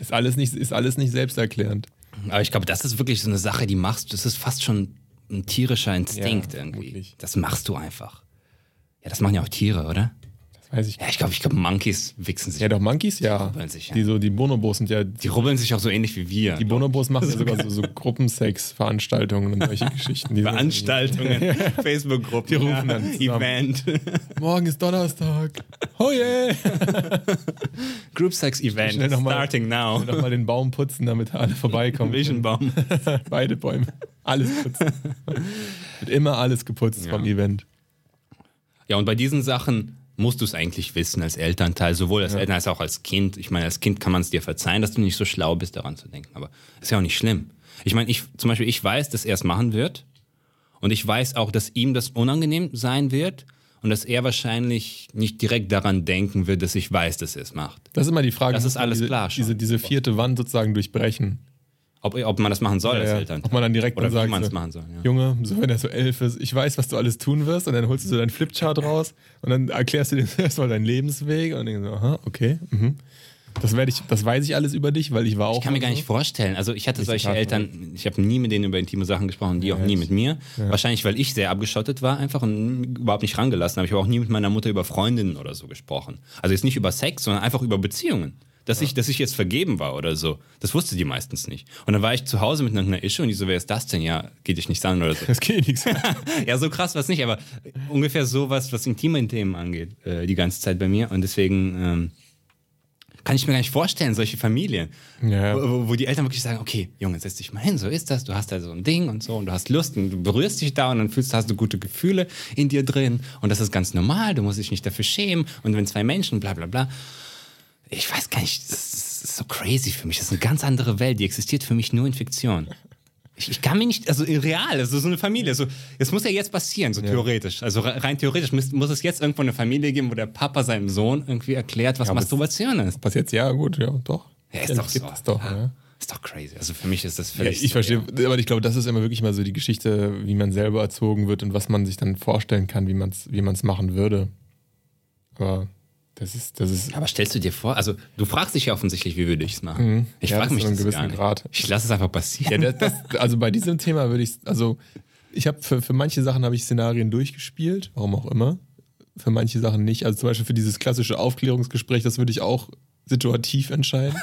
Speaker 2: Ist alles nicht, ist alles nicht selbsterklärend.
Speaker 1: Aber ich glaube, das ist wirklich so eine Sache, die machst du. Das ist fast schon ein tierischer Instinkt
Speaker 2: Ja,
Speaker 1: irgendwie.
Speaker 2: vermutlich.
Speaker 1: Das machst du einfach. Ja, das machen ja auch Tiere, oder?
Speaker 2: Das weiß ich.
Speaker 1: Ja, ich glaube, ich glaube, Monkeys wichsen sich.
Speaker 2: Ja, doch, Monkeys, ja.
Speaker 1: rubbeln sich, ja.
Speaker 2: Die, so, die Bonobos sind ja.
Speaker 1: Die rubbeln sich auch so ähnlich wie wir.
Speaker 2: Die Bonobos machen ja sogar so, so Gruppensex-Veranstaltungen und solche Geschichten. Die sind- (laughs)
Speaker 1: Veranstaltungen, Facebook-Gruppen, die
Speaker 2: rufen
Speaker 1: ja,
Speaker 2: dann zusammen.
Speaker 1: Event, (laughs)
Speaker 2: Morgen ist Donnerstag. Oh yeah!
Speaker 1: Group Sex
Speaker 2: Schnell
Speaker 1: Event,
Speaker 2: noch mal-
Speaker 1: starting now,
Speaker 2: Noch mal den Baum putzen, damit alle vorbeikommen.
Speaker 1: Vision Bomb.
Speaker 2: (laughs) Beide Bäume. Alles putzen. Wird immer alles geputzt vom Event.
Speaker 1: Ja, und bei diesen Sachen musst du es eigentlich wissen als Elternteil, sowohl als Eltern als auch als Kind. Ich meine, als Kind kann man es dir verzeihen, dass du nicht so schlau bist, daran zu denken. Aber ist ja auch nicht schlimm. Ich meine, ich zum Beispiel, ich weiß, dass er es machen wird. Und ich weiß auch, dass ihm das unangenehm sein wird und dass er wahrscheinlich nicht direkt daran denken wird, dass ich weiß, dass er es macht.
Speaker 2: Das ist immer die Frage.
Speaker 1: Das
Speaker 2: muss
Speaker 1: ist
Speaker 2: man
Speaker 1: alles
Speaker 2: diese,
Speaker 1: klar schon.
Speaker 2: Diese, diese vierte Wand sozusagen durchbrechen.
Speaker 1: Ob, ob man das machen soll als
Speaker 2: Ja,
Speaker 1: Elternteil.
Speaker 2: Ob man dann direkt
Speaker 1: Oder
Speaker 2: dann sagt,
Speaker 1: wie man es
Speaker 2: so,
Speaker 1: machen soll. Ja.
Speaker 2: Junge, so wenn er so elf ist, ich weiß, was du alles tun wirst, und dann holst du so deinen Flipchart raus und dann erklärst du dir (laughs) erstmal deinen Lebensweg und dann so, aha, okay, mhm. Das werde ich, das weiß ich alles über dich, weil ich war auch.
Speaker 1: Ich kann mir gar nicht vorstellen. Also ich hatte solche
Speaker 2: Tat,
Speaker 1: Eltern, ich habe nie mit denen über intime Sachen gesprochen, die auch nie mit mir. Wahrscheinlich, weil ich sehr abgeschottet war einfach und überhaupt nicht rangelassen habe. Ich habe auch nie mit meiner Mutter über Freundinnen oder so gesprochen. Also jetzt nicht über Sex, sondern einfach über Beziehungen. Dass, ich, dass ich jetzt vergeben war oder so. Das wusste die meistens nicht. Und dann war ich zu Hause mit einer Ische und die so, wer ist das denn? Ja, geht dich nicht an oder so.
Speaker 2: Das
Speaker 1: (laughs)
Speaker 2: geht nichts.
Speaker 1: ja, so krass was nicht, aber ungefähr so was, was intime Themen angeht, äh, die ganze Zeit bei mir. Und deswegen ähm, kann ich mir gar nicht vorstellen, solche Familien,
Speaker 2: Ja.
Speaker 1: wo, wo- wo die Eltern wirklich sagen, okay, Junge, setz dich mal hin, so ist das, du hast da so ein Ding und so und du hast Lust und du berührst dich da und dann fühlst du, hast du gute Gefühle in dir drin und das ist ganz normal, du musst dich nicht dafür schämen und wenn zwei Menschen, bla bla bla. Ich weiß gar nicht, das ist das ist so crazy für mich. Das ist eine ganz andere Welt, die existiert für mich nur in Fiktion. Ich, ich kann mir nicht, also real, also so eine Familie, so, es muss ja jetzt passieren, so theoretisch. Also re- rein theoretisch muss, muss es jetzt irgendwo eine Familie geben, wo der Papa seinem Sohn irgendwie erklärt, was
Speaker 2: aber es-
Speaker 1: Masturbation ist.
Speaker 2: Was jetzt? Ja, gut, ja, doch.
Speaker 1: Ja, ist doch
Speaker 2: gibt
Speaker 1: so.
Speaker 2: es doch, ja.
Speaker 1: Ist doch crazy. Also für mich ist das
Speaker 2: Ja,
Speaker 1: völlig.
Speaker 2: ich verstehe, aber ich glaube, das ist immer wirklich mal so die Geschichte, wie man selber erzogen wird und was man sich dann vorstellen kann, wie man es wie man's machen würde. Aber das ist, das ist
Speaker 1: Aber stellst du dir vor, also du fragst dich ja offensichtlich, wie würde ich es machen? Ich
Speaker 2: Mhm. Ja,
Speaker 1: frage
Speaker 2: bis
Speaker 1: mich
Speaker 2: zu einem
Speaker 1: das
Speaker 2: gewissen
Speaker 1: gar nicht.
Speaker 2: Grad.
Speaker 1: Ich lasse es einfach
Speaker 2: Ja,
Speaker 1: passieren.
Speaker 2: das, das, also bei diesem Thema würde ich, also ich habe für, für manche Sachen habe ich Szenarien durchgespielt, warum auch immer. Für manche Sachen nicht. Also zum Beispiel für dieses klassische Aufklärungsgespräch, das würde ich auch situativ entscheiden.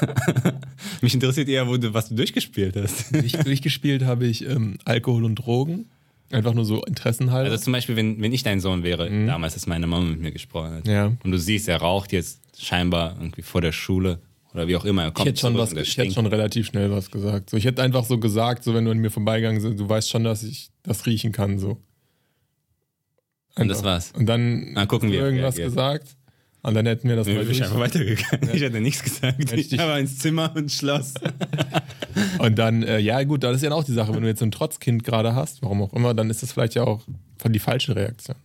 Speaker 1: mich interessiert eher, wo du, was du durchgespielt hast.
Speaker 2: ich, durchgespielt habe ich ähm, Alkohol und Drogen. Einfach nur so interessenhalber.
Speaker 1: Also zum Beispiel, wenn, wenn ich dein Sohn wäre, damals ist meine Mama mit mir gesprochen hat.
Speaker 2: Mhm. Ja.
Speaker 1: Und du siehst, er raucht jetzt scheinbar irgendwie vor der Schule oder wie auch immer. Er kommt
Speaker 2: ich hätte schon
Speaker 1: zurück
Speaker 2: was,
Speaker 1: und er
Speaker 2: ich hätte
Speaker 1: stinkt.
Speaker 2: schon relativ schnell was gesagt. So, ich hätte einfach so gesagt, so wenn du an mir vorbeigegangen bist, du weißt schon, dass ich das riechen kann, so.
Speaker 1: Und das
Speaker 2: Einfach.
Speaker 1: war's.
Speaker 2: Und dann
Speaker 1: Mal gucken, wie er
Speaker 2: irgendwas
Speaker 1: reagiert.
Speaker 2: gesagt. Und dann hätten wir das
Speaker 1: Nö,
Speaker 2: mal
Speaker 1: bin ich
Speaker 2: durch.
Speaker 1: einfach weitergegangen. Ich hätte nichts gesagt.
Speaker 2: Hätte ich
Speaker 1: Ich
Speaker 2: dich-
Speaker 1: war ins Zimmer und schloss.
Speaker 2: Und dann, äh, ja gut, das ist ja auch die Sache, wenn du jetzt so ein Trotzkind gerade hast, warum auch immer, dann ist das vielleicht ja auch von die falsche Reaktion.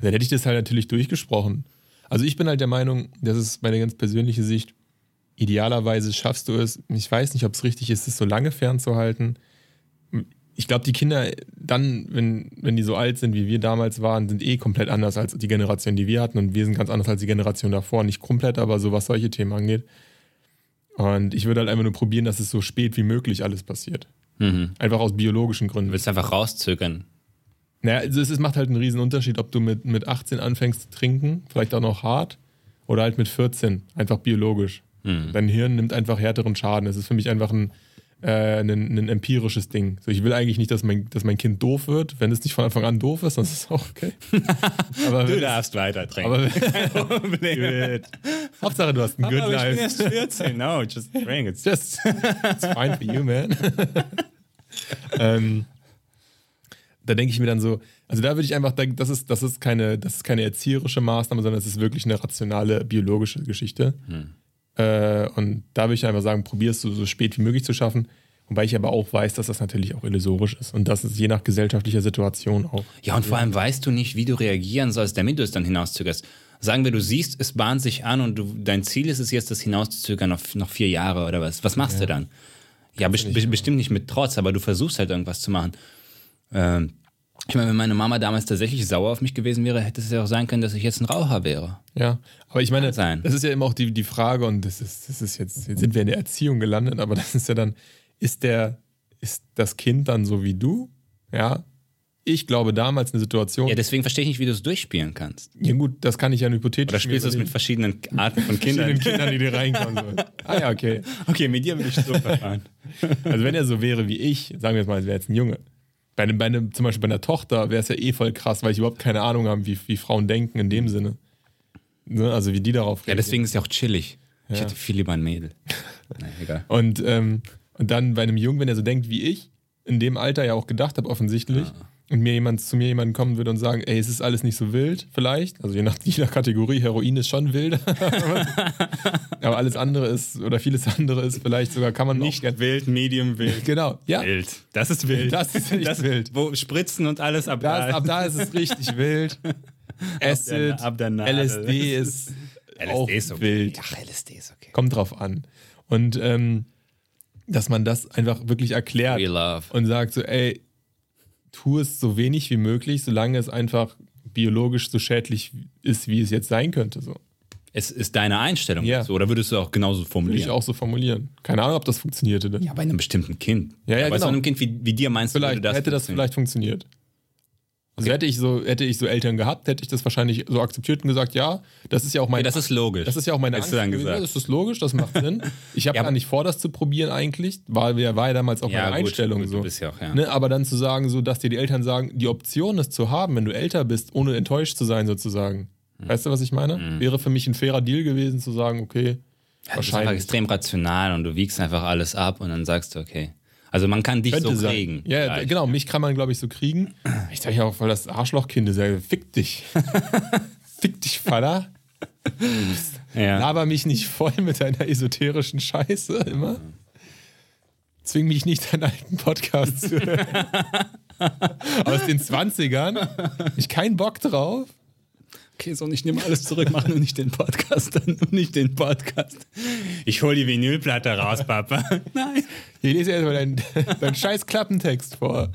Speaker 2: Dann hätte ich das halt natürlich durchgesprochen. Also ich bin halt der Meinung, das ist meine ganz persönliche Sicht, idealerweise schaffst du es, ich weiß nicht, ob es richtig ist, es so lange fernzuhalten. Ich glaube, die Kinder dann, wenn, wenn die so alt sind, wie wir damals waren, sind eh komplett anders als die Generation, die wir hatten. Und wir sind ganz anders als die Generation davor. Nicht komplett, aber so was solche Themen angeht. Und ich würde halt einfach nur probieren, dass es so spät wie möglich alles passiert. Einfach aus biologischen
Speaker 1: Du
Speaker 2: Gründen.
Speaker 1: willst einfach rauszögern.
Speaker 2: Naja, also es, es macht halt einen riesen Unterschied, ob du mit, mit 18 anfängst zu trinken, vielleicht auch noch hart, Oder halt mit 14, einfach biologisch.
Speaker 1: Hm.
Speaker 2: Dein Hirn nimmt einfach härteren Schaden. Es ist für mich einfach ein, äh, ein, ein empirisches Ding. So, ich will eigentlich nicht, dass mein, dass mein Kind doof wird. Wenn es nicht von Anfang an doof ist, dann ist es auch
Speaker 1: (laughs)
Speaker 2: okay. Aber
Speaker 1: Du
Speaker 2: wenn-
Speaker 1: darfst weiter (laughs) trinken.
Speaker 2: aber
Speaker 1: Problem.
Speaker 2: Good. (laughs) Hauptsache, du hast ein good
Speaker 1: Aber ich bin
Speaker 2: life.
Speaker 1: erst 14. No, just drink.
Speaker 2: (laughs)
Speaker 1: It's
Speaker 2: Just, it's fine for you, man. ähm, da denke ich mir dann so, also da würde ich einfach denken, das ist, das ist keine, das ist keine erzieherische Maßnahme, sondern es ist wirklich eine rationale biologische Geschichte. Äh, und da würde ich einfach sagen, probier es so, so spät wie möglich zu schaffen. Wobei ich aber auch weiß, dass das natürlich auch illusorisch ist. Und das ist je nach gesellschaftlicher Situation auch.
Speaker 1: Ja, und vor allem weißt du nicht, wie du reagieren sollst, damit du es dann hinauszögerst. Sagen wir, du siehst, es bahnt sich an und du, dein Ziel ist es jetzt, das hinauszuzögern auf noch vier Jahre oder was. Was machst du dann? Ja, best, best- bestimmt nicht mit Trotz, aber du versuchst halt irgendwas zu machen. Ähm, ich meine, wenn meine Mama damals tatsächlich sauer auf mich gewesen wäre, hätte es ja auch sein können, dass ich jetzt ein Raucher wäre.
Speaker 2: Ja, aber ich meine,
Speaker 1: sein.
Speaker 2: das ist ja immer auch die, die Frage, und das ist, das ist jetzt, jetzt sind wir in der Erziehung gelandet, aber das ist ja dann, ist der, ist das Kind dann so wie du? Ja. Ich glaube damals eine Situation,
Speaker 1: Ja,
Speaker 2: ja,
Speaker 1: deswegen verstehe ich nicht, wie du es durchspielen kannst.
Speaker 2: gut, das kann ich ja hypothetisch.
Speaker 1: Oder spielst du es mit verschiedenen Arten (laughs) von
Speaker 2: den
Speaker 1: Kindern?
Speaker 2: Kindern, die dir reinkommen sollen.
Speaker 1: (laughs)
Speaker 2: Ah ja, okay.
Speaker 1: Okay, mit dir bin ich so (laughs) verfahren.
Speaker 2: Also wenn er so wäre wie ich, sagen wir jetzt mal, es wäre jetzt ein Junge. Bei einem, bei einem, zum Beispiel bei einer Tochter wäre es ja eh voll krass, weil ich überhaupt keine Ahnung habe, wie, wie Frauen denken in dem Sinne. Ne? Also wie die darauf
Speaker 1: Ja,
Speaker 2: reagieren.
Speaker 1: deswegen ist es ja auch chillig. Ich
Speaker 2: Ja.
Speaker 1: hätte viel lieber ein (laughs) Mädel. Na, egal.
Speaker 2: Und, ähm, und dann bei einem Jungen, wenn er so denkt wie ich, in dem Alter ja auch gedacht habe, offensichtlich, und mir jemand zu mir jemand kommen würde und sagen, ey, es ist alles nicht so wild, vielleicht. Also je nach, (laughs) je nach Kategorie, Heroin ist
Speaker 1: (laughs)
Speaker 2: schon wild. Aber alles andere ist, oder vieles andere ist vielleicht sogar, kann man auch.
Speaker 1: wild, medium wild.
Speaker 2: Genau,
Speaker 1: (laughs)
Speaker 2: ja.
Speaker 1: Wild. Das ist wild.
Speaker 2: Das ist echt wild.
Speaker 1: Wo Spritzen und alles ab
Speaker 2: Da ist, ab da ist es
Speaker 1: (laughs)
Speaker 2: richtig wild. Acid,
Speaker 1: ab der Nadel. (laughs)
Speaker 2: LSD ist
Speaker 1: LSD
Speaker 2: auch
Speaker 1: ist okay.
Speaker 2: wild.
Speaker 1: Ach, LSD ist okay.
Speaker 2: Kommt drauf an. Und ähm, dass man das einfach wirklich erklärt.
Speaker 1: We love.
Speaker 2: und sagt so, ey, tu es so wenig wie möglich, solange es einfach biologisch so schädlich ist, wie es jetzt sein könnte. So.
Speaker 1: Es ist deine Einstellung
Speaker 2: Ja.
Speaker 1: dazu, oder würdest du auch genauso
Speaker 2: Würde
Speaker 1: formulieren?
Speaker 2: ich auch so formulieren. Keine Ahnung, ob das funktionierte. Denn.
Speaker 1: Ja, bei einem bestimmten Kind.
Speaker 2: Ja, ja,
Speaker 1: Aber bei so
Speaker 2: genau.
Speaker 1: einem Kind wie, wie dir meinst du,
Speaker 2: vielleicht
Speaker 1: würde das
Speaker 2: hätte das
Speaker 1: funktionieren?
Speaker 2: vielleicht funktioniert. Also hätte ich so hätte ich so Eltern gehabt, hätte ich das wahrscheinlich so akzeptiert und gesagt, ja, das ist ja auch mein
Speaker 1: Ja, das ist logisch.
Speaker 2: Das ist ja auch meine
Speaker 1: Hättest du dann
Speaker 2: gewesen.
Speaker 1: gesagt.
Speaker 2: Ja, Das ist logisch, das
Speaker 1: (laughs)
Speaker 2: macht Sinn. Ich habe
Speaker 1: Ja,
Speaker 2: gar
Speaker 1: aber-
Speaker 2: nicht vor, das zu probieren eigentlich, war, war ja damals auch
Speaker 1: Ja,
Speaker 2: meine
Speaker 1: gut,
Speaker 2: Einstellung
Speaker 1: gut, du
Speaker 2: so.
Speaker 1: bist ja auch, ja.
Speaker 2: Ne, aber dann zu sagen, so, dass dir die Eltern sagen, die Option es zu haben, wenn du älter bist, ohne enttäuscht zu sein sozusagen.
Speaker 1: Hm.
Speaker 2: Weißt du, was ich meine? Wäre für mich ein fairer Deal gewesen zu sagen, okay,
Speaker 1: Das ist einfach
Speaker 2: wahrscheinlich
Speaker 1: extrem rational und du wiegst einfach alles ab und dann sagst du, okay. Also man kann dich so
Speaker 2: könnte sein.
Speaker 1: kriegen.
Speaker 2: Ja, ja,
Speaker 1: vielleicht.
Speaker 2: genau, mich kann man glaube ich so kriegen. Ich sage ja auch, weil das Arschlochkind ist, ja,
Speaker 1: (laughs)
Speaker 2: fick dich. fick dich, Vater.
Speaker 1: Ja.
Speaker 2: Laber mich nicht voll mit deiner esoterischen Scheiße immer. Zwing mich nicht, deinen alten Podcast zu hören. Aus den 20ern. Ich keinen Bock drauf.
Speaker 1: Okay, so, ich nehme alles zurück, mach nur nicht den Podcast, dann nur nicht den Podcast. Ich hol die Vinylplatte raus, Papa. Nein.
Speaker 2: Ich lese erstmal deinen, deinen scheiß Klappentext vor.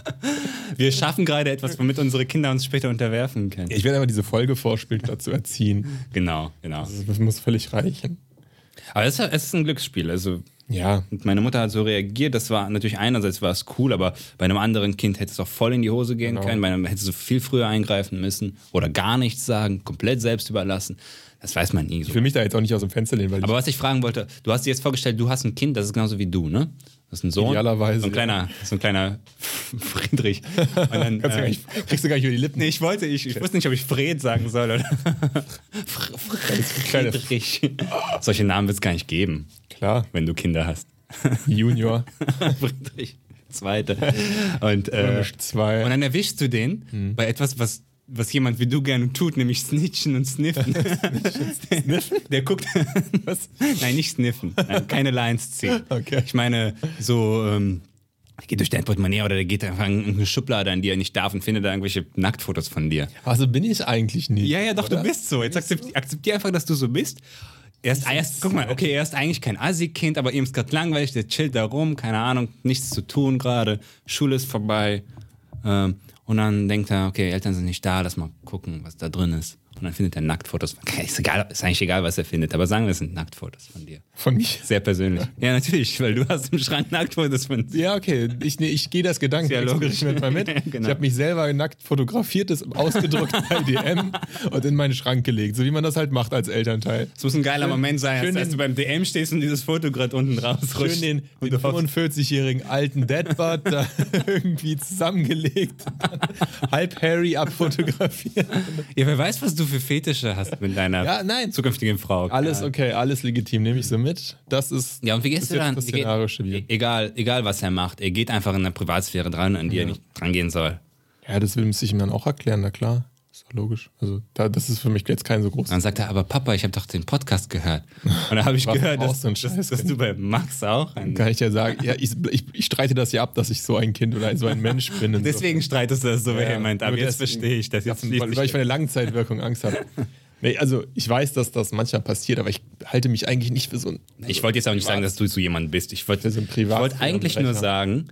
Speaker 1: Wir schaffen gerade etwas, womit unsere Kinder uns später unterwerfen können.
Speaker 2: Ich werde aber diese Folge vorspielen, dazu erziehen.
Speaker 1: Genau, genau.
Speaker 2: Das muss völlig reichen.
Speaker 1: Aber es ist, es ist ein Glücksspiel. Also
Speaker 2: Ja.
Speaker 1: und meine Mutter hat so reagiert. Das war natürlich einerseits war es cool, aber bei einem anderen Kind hätte es auch voll in die Hose gehen können. Bei einem hättest du viel früher eingreifen müssen oder gar nichts sagen, komplett selbst überlassen. Das weiß man nie so.
Speaker 2: Ich will mich da jetzt auch nicht aus dem Fenster lehnen, weil
Speaker 1: Aber was ich fragen wollte, du hast dir jetzt vorgestellt, du hast ein Kind, das ist genauso wie du, ne? Das ist ein Sohn.
Speaker 2: Idealerweise,
Speaker 1: So ein
Speaker 2: ja.
Speaker 1: kleiner, so ein kleiner (laughs) Friedrich. Und dann,
Speaker 2: Kannst du gar
Speaker 1: äh,
Speaker 2: nicht, kriegst du gar nicht über die Lippen.
Speaker 1: nee, ich wollte, ich, ich wusste nicht, ob ich Fred sagen soll oder Fr- Fr- (laughs)
Speaker 2: Kleine-
Speaker 1: Friedrich. Solche Namen wird es gar nicht geben,
Speaker 2: Klar,
Speaker 1: wenn du Kinder hast. (laughs)
Speaker 2: Junior,
Speaker 1: Friedrich Zweite. Und, äh,
Speaker 2: Römisch zwei.
Speaker 1: und dann erwischst du den bei etwas, was, was jemand wie du gerne tut, nämlich snitchen und sniffen. Der guckt. (laughs) Was? Nein, nicht sniffen. Nein, keine Lines ziehen.
Speaker 2: Okay.
Speaker 1: Ich meine, so. Ähm, der geht durch dein Portemonnaie oder der geht einfach in eine Schublade, an die er nicht darf und findet da irgendwelche Nacktfotos von dir.
Speaker 2: Also bin ich eigentlich nicht.
Speaker 1: Ja, ja, doch,
Speaker 2: oder?
Speaker 1: du bist so. Jetzt akzeptier, akzeptier einfach, dass du so bist. Er ist, er ist, guck mal, okay, er ist eigentlich kein Assi-Kind, aber ihm ist gerade langweilig, der chillt da rum, keine Ahnung, nichts zu tun gerade, Schule ist vorbei. Ähm, und dann denkt er, okay, Eltern sind nicht da, lass mal gucken, was da drin ist. Und dann findet er Nacktfotos. von- (laughs) Ist, egal, ist eigentlich egal, was er findet, aber sagen wir, es sind Nacktfotos von dir.
Speaker 2: Von mich.
Speaker 1: Sehr persönlich. Ja, natürlich, weil du hast im Schrank Nacktfotos von dir.
Speaker 2: Ja, okay. Ich, nee, ich gehe das Gedankenexperiment
Speaker 1: (laughs)
Speaker 2: mal mit.
Speaker 1: Genau.
Speaker 2: Ich habe mich selber nackt fotografiert, das ausgedruckt
Speaker 1: (laughs)
Speaker 2: bei DM und in meinen Schrank gelegt, so wie man das halt macht als Elternteil.
Speaker 1: Es muss ein geiler Moment sein, als
Speaker 2: schön
Speaker 1: dass
Speaker 2: den-
Speaker 1: du beim DM stehst und dieses Foto gerade unten rausrutscht.
Speaker 2: Schön den,
Speaker 1: und du
Speaker 2: den
Speaker 1: hoffst,
Speaker 2: 45-jährigen alten Deadbutt
Speaker 1: (laughs)
Speaker 2: da irgendwie zusammengelegt, dann halb Harry abfotografiert.
Speaker 1: ja, wer weiß, was du für Fetische hast mit deiner
Speaker 2: Ja, nein.
Speaker 1: zukünftigen Frau.
Speaker 2: Alles
Speaker 1: ja.
Speaker 2: okay, alles legitim, nehme ich so mit. Das ist
Speaker 1: Ja, und wie gehst
Speaker 2: ist
Speaker 1: du
Speaker 2: jetzt
Speaker 1: dann?
Speaker 2: das
Speaker 1: wie geht-
Speaker 2: Szenario stabil.
Speaker 1: e- egal, egal, was er macht. Er geht einfach in der Privatsphäre dran, an die er nicht drangehen soll.
Speaker 2: Ja, das will man sich ihm dann auch erklären, na klar. Ist doch logisch. Also, da, das ist für mich jetzt kein so großes.
Speaker 1: Dann sagt er, aber Papa, ich habe doch den Podcast gehört. Und da habe ich
Speaker 2: Was
Speaker 1: gehört, dass,
Speaker 2: brauchst du denn
Speaker 1: dass,
Speaker 2: Scheiß,
Speaker 1: dass
Speaker 2: Kind?
Speaker 1: du bei Max auch ein
Speaker 2: Kann ich ja sagen, ja, ich, ich, ich streite das ja ab, dass ich so ein Kind oder so ein Mensch bin. und
Speaker 1: Deswegen streitest du das so
Speaker 2: so.
Speaker 1: vehement. Aber
Speaker 2: Nur
Speaker 1: jetzt
Speaker 2: deswegen-
Speaker 1: verstehe ich das. Jetzt
Speaker 2: Ja, weil, weil ich von der Langzeitwirkung Angst habe. Nee, also ich weiß, dass das manchmal passiert, aber ich halte mich eigentlich nicht für so ein.
Speaker 1: Ich wollte jetzt auch nicht sagen, dass du so jemand bist. Ich wollte
Speaker 2: Wir sind
Speaker 1: ich
Speaker 2: privat.
Speaker 1: wollte eigentlich nur sagen,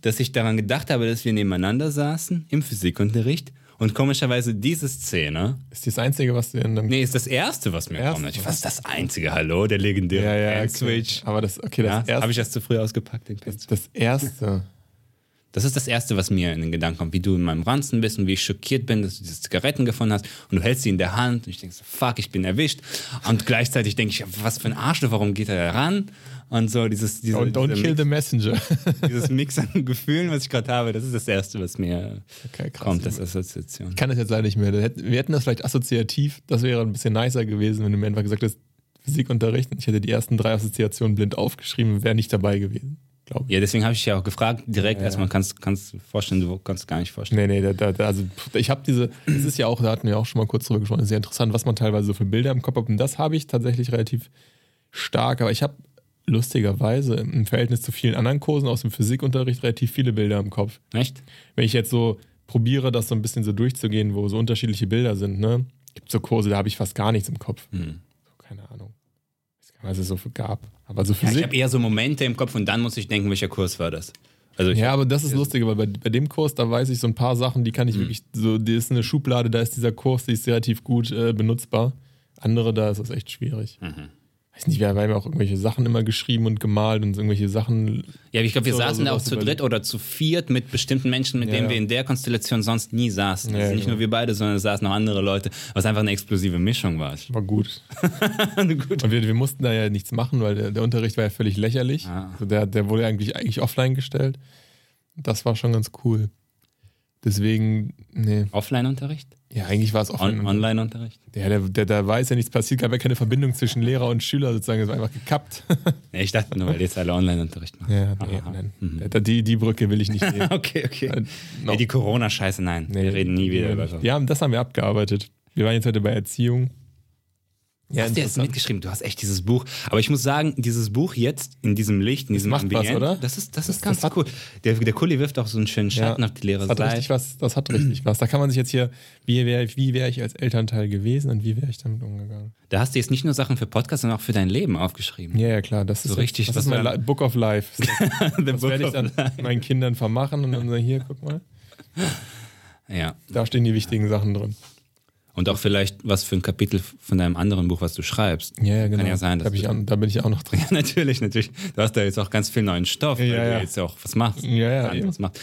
Speaker 1: dass ich daran gedacht habe, dass wir nebeneinander saßen im Physikunterricht und komischerweise diese Szene,
Speaker 2: Ist das Einzige, was du in einem.
Speaker 1: nee, ist das erste, was mir
Speaker 2: Erste.
Speaker 1: kommt. Ich, was ist das einzige? Hallo, der legendäre
Speaker 2: okay.
Speaker 1: Switch.
Speaker 2: Aber das, okay,
Speaker 1: Ja,
Speaker 2: das
Speaker 1: habe ich
Speaker 2: erste.
Speaker 1: das zu früh ausgepackt? Den Pen Switch?
Speaker 2: Das erste.
Speaker 1: das ist das Erste, was mir in den Gedanken kommt, wie du in meinem Ranzen bist und wie ich schockiert bin, dass du diese Zigaretten gefunden hast und du hältst sie in der Hand und ich denke so, fuck, ich bin erwischt. Und gleichzeitig denke ich, was für ein Arschloch, warum geht er da ran? Und so dieses, diese,
Speaker 2: Don't, don't
Speaker 1: diese
Speaker 2: kill the messenger. (laughs)
Speaker 1: dieses Mix an Gefühlen, was ich gerade habe, das ist das Erste, was mir
Speaker 2: Okay, krass.
Speaker 1: kommt, das Assoziation.
Speaker 2: Ich kann das jetzt leider nicht mehr. Wir hätten- wir hätten das vielleicht assoziativ, das wäre ein bisschen nicer gewesen, wenn du mir einfach gesagt hättest, Physikunterricht und ich hätte die ersten drei Assoziationen blind aufgeschrieben, wäre nicht dabei gewesen, glaube ich.
Speaker 1: Ja, deswegen habe ich ja auch gefragt, direkt erstmal kannst kannst du vorstellen, du kannst gar nicht vorstellen.
Speaker 2: Nee, nee, da, da, da- also pff, ich habe diese, es ist ja auch, da hatten wir auch schon mal kurz drüber gesprochen, sehr interessant, was man teilweise so für Bilder im Kopf hat und das habe ich tatsächlich relativ stark, aber ich habe lustigerweise im Verhältnis zu vielen anderen Kursen aus dem Physikunterricht relativ viele Bilder im Kopf.
Speaker 1: Echt?
Speaker 2: wenn ich jetzt so probiere, das so ein bisschen so durchzugehen, wo so unterschiedliche Bilder sind, ne? Gibt so Kurse, da habe ich fast gar nichts im Kopf.
Speaker 1: Hm.
Speaker 2: So, keine Ahnung. Ich weiß gar nicht, was es so für gab. Aber so
Speaker 1: Ja, ich
Speaker 2: Physik.
Speaker 1: habe eher so Momente im Kopf und dann muss ich denken, welcher Kurs war das. Also ich,
Speaker 2: Ja, Mhm. aber das ist lustig, weil bei, bei dem Kurs, da weiß ich so ein paar Sachen, die kann ich wirklich, so, die ist eine Schublade, da ist dieser Kurs, die ist relativ gut äh, benutzbar. Andere, da ist das echt schwierig. Weiß nicht, wir haben ja auch irgendwelche Sachen immer geschrieben und gemalt und so irgendwelche Sachen.
Speaker 1: ja ich glaube, wir
Speaker 2: So,
Speaker 1: saßen da auch
Speaker 2: sowas
Speaker 1: zu dritt
Speaker 2: überlegt.
Speaker 1: oder zu viert mit bestimmten Menschen, mit
Speaker 2: Ja,
Speaker 1: denen
Speaker 2: ja.
Speaker 1: wir in der Konstellation sonst nie saßen.
Speaker 2: Ja,
Speaker 1: also nicht
Speaker 2: genau.
Speaker 1: nur wir beide, sondern es saßen auch andere Leute, was einfach eine explosive Mischung war.
Speaker 2: War (laughs) gut.
Speaker 1: Gut.
Speaker 2: Und wir, wir mussten da ja nichts machen, weil der, der Unterricht war ja völlig lächerlich.
Speaker 1: Ah.
Speaker 2: Also der, der wurde eigentlich, eigentlich offline gestellt. Das war schon ganz cool. Deswegen, nee.
Speaker 1: Offline-Unterricht?
Speaker 2: Ja, eigentlich war es offline.
Speaker 1: On Online-Unterricht?
Speaker 2: Ja, der, der, da weiß ja nichts passiert, gab ja keine Verbindung zwischen Lehrer und Schüler sozusagen. Es war einfach gekappt.
Speaker 1: Nee, ich dachte nur, weil jetzt alle Online-Unterricht machen.
Speaker 2: (laughs) Ja, nee,
Speaker 1: Aha.
Speaker 2: nein. Da, die, die Brücke will ich nicht
Speaker 1: (laughs)
Speaker 2: nehmen.
Speaker 1: Okay, okay.
Speaker 2: Äh, no.
Speaker 1: Ey, die Corona-Scheiße, nein. (laughs)
Speaker 2: Nee,
Speaker 1: wir reden nie wieder über
Speaker 2: nicht.
Speaker 1: sowas.
Speaker 2: Ja, das haben Ähm, wir abgearbeitet. Wir waren jetzt heute bei Erziehung. Ja,
Speaker 1: Hast du jetzt
Speaker 2: interessant.
Speaker 1: mitgeschrieben? Du hast echt dieses Buch. Aber ich muss sagen, dieses Buch jetzt in diesem Licht, in diesem
Speaker 2: macht was,
Speaker 1: Ambient,
Speaker 2: oder?
Speaker 1: das ist, das ist
Speaker 2: Das-
Speaker 1: ganz
Speaker 2: das hat-
Speaker 1: cool. Der, der Kuli wirft auch so einen schönen Schatten auf die leere
Speaker 2: das hat richtig
Speaker 1: Seite.
Speaker 2: was, Das hat richtig was. Da kann man sich jetzt hier, wie wäre wie wär ich als Elternteil gewesen und wie wäre ich damit umgegangen?
Speaker 1: Da hast du jetzt nicht nur Sachen für Podcasts, sondern auch für dein Leben aufgeschrieben.
Speaker 2: Ja, ja, klar. Das ist
Speaker 1: richtig,
Speaker 2: Das
Speaker 1: das
Speaker 2: ist mein
Speaker 1: wär-
Speaker 2: Li- Book
Speaker 1: (laughs)
Speaker 2: of Life.
Speaker 1: The
Speaker 2: Das
Speaker 1: Book
Speaker 2: werde ich
Speaker 1: of
Speaker 2: dann meinen Kindern vermachen und dann sagen, hier, guck mal.
Speaker 1: Ja.
Speaker 2: Da stehen die wichtigen Sachen drin.
Speaker 1: Und auch vielleicht was für ein Kapitel von deinem anderen Buch, was du schreibst.
Speaker 2: Ja, ja, genau.
Speaker 1: Kann ja sein,
Speaker 2: da,
Speaker 1: dass
Speaker 2: bin ich
Speaker 1: du,
Speaker 2: auch, da bin ich auch noch drin.
Speaker 1: Ja, (laughs) natürlich, natürlich. Du hast da jetzt auch ganz viel neuen Stoff, weil
Speaker 2: Ja,
Speaker 1: du
Speaker 2: ja.
Speaker 1: jetzt auch was machst.
Speaker 2: Ja, ja,
Speaker 1: was anderes machst.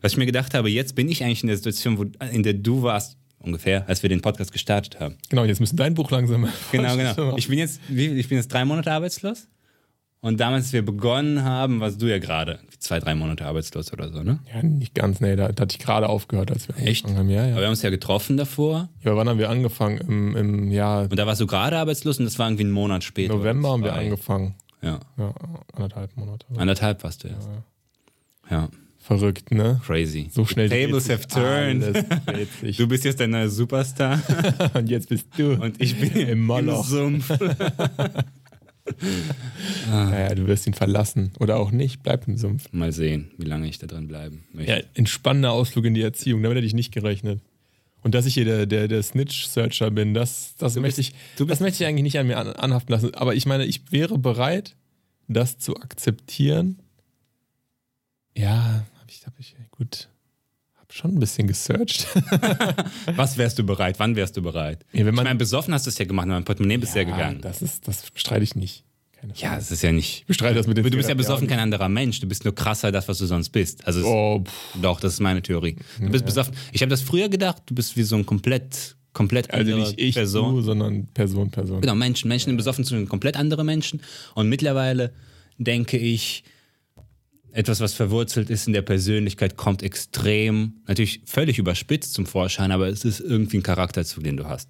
Speaker 1: Was ich mir gedacht habe, jetzt bin ich eigentlich in der Situation, wo, in der du warst, ungefähr, als wir den Podcast gestartet haben.
Speaker 2: Genau, jetzt müssen dein Buch langsam. (laughs)
Speaker 1: Genau, genau. Ich bin jetzt, wie- ich bin jetzt drei Monate arbeitslos. Und damals, als wir begonnen haben, warst du ja gerade zwei, drei Monate arbeitslos oder so, ne?
Speaker 2: ja, nicht ganz, nee, da, da hatte ich gerade aufgehört, als wir
Speaker 1: Echt?
Speaker 2: angefangen haben. Ja,
Speaker 1: Aber
Speaker 2: ja.
Speaker 1: wir haben uns ja getroffen davor.
Speaker 2: ja, wann haben wir angefangen? Im, im Jahr
Speaker 1: Und da warst du gerade arbeitslos und das war irgendwie ein Monat später. oder
Speaker 2: November haben wir
Speaker 1: zwei.
Speaker 2: angefangen.
Speaker 1: Ja,
Speaker 2: Ja, anderthalb Monate.
Speaker 1: anderthalb warst du jetzt. Ja,
Speaker 2: Verrückt, ne?
Speaker 1: crazy.
Speaker 2: So schnell
Speaker 1: The tables
Speaker 2: dreht
Speaker 1: have
Speaker 2: sich
Speaker 1: turned.
Speaker 2: alles,
Speaker 1: (laughs)
Speaker 2: dreht sich.
Speaker 1: Du bist jetzt der neue Superstar (laughs)
Speaker 2: Und jetzt bist du.
Speaker 1: und ich bin
Speaker 2: Im Moloch.
Speaker 1: Sumpf.
Speaker 2: Naja, du wirst ihn verlassen. Oder auch nicht, bleib im Sumpf.
Speaker 1: Mal sehen, wie lange ich da drin bleiben
Speaker 2: Ja,
Speaker 1: möchte.
Speaker 2: ein spannender Ausflug in die Erziehung, damit hätte ich nicht gerechnet. Und dass ich hier der, der, der Snitch-Searcher bin, das, das, möchte ich, das möchte ich eigentlich nicht an mir an, anhaften lassen. Aber ich meine, ich wäre bereit, das zu akzeptieren. Ja, hab ich, hab ich, gut, hab schon ein bisschen (laughs) gesearcht.
Speaker 1: Was wärst du bereit? Wann wärst du bereit?
Speaker 2: Ja, wenn man- Ah,
Speaker 1: ich meine, besoffen hast du es ja gemacht, in mein Portemonnaie bist du ja gegangen.
Speaker 2: Das, ist, das bestreite ich nicht. Keine Frage.
Speaker 1: ja, es ist ja nicht.
Speaker 2: Ich bestreite das mit den
Speaker 1: Du bist ja besoffen
Speaker 2: Jahren.
Speaker 1: kein anderer Mensch. Du bist nur krasser das, was du sonst bist. Also es,
Speaker 2: Oh, pff.
Speaker 1: doch, das ist meine Theorie. Du bist besoffen. Ich habe das früher gedacht, du bist wie so ein komplett, komplett
Speaker 2: Also
Speaker 1: andere
Speaker 2: nicht ich,
Speaker 1: Person.
Speaker 2: du, sondern Person, Person.
Speaker 1: Genau, Menschen. Menschen im Besoffen sind komplett andere Menschen. Und mittlerweile denke ich, etwas, was verwurzelt ist in der Persönlichkeit, kommt extrem, natürlich völlig überspitzt zum Vorschein, aber es ist irgendwie ein Charakterzug, den du hast.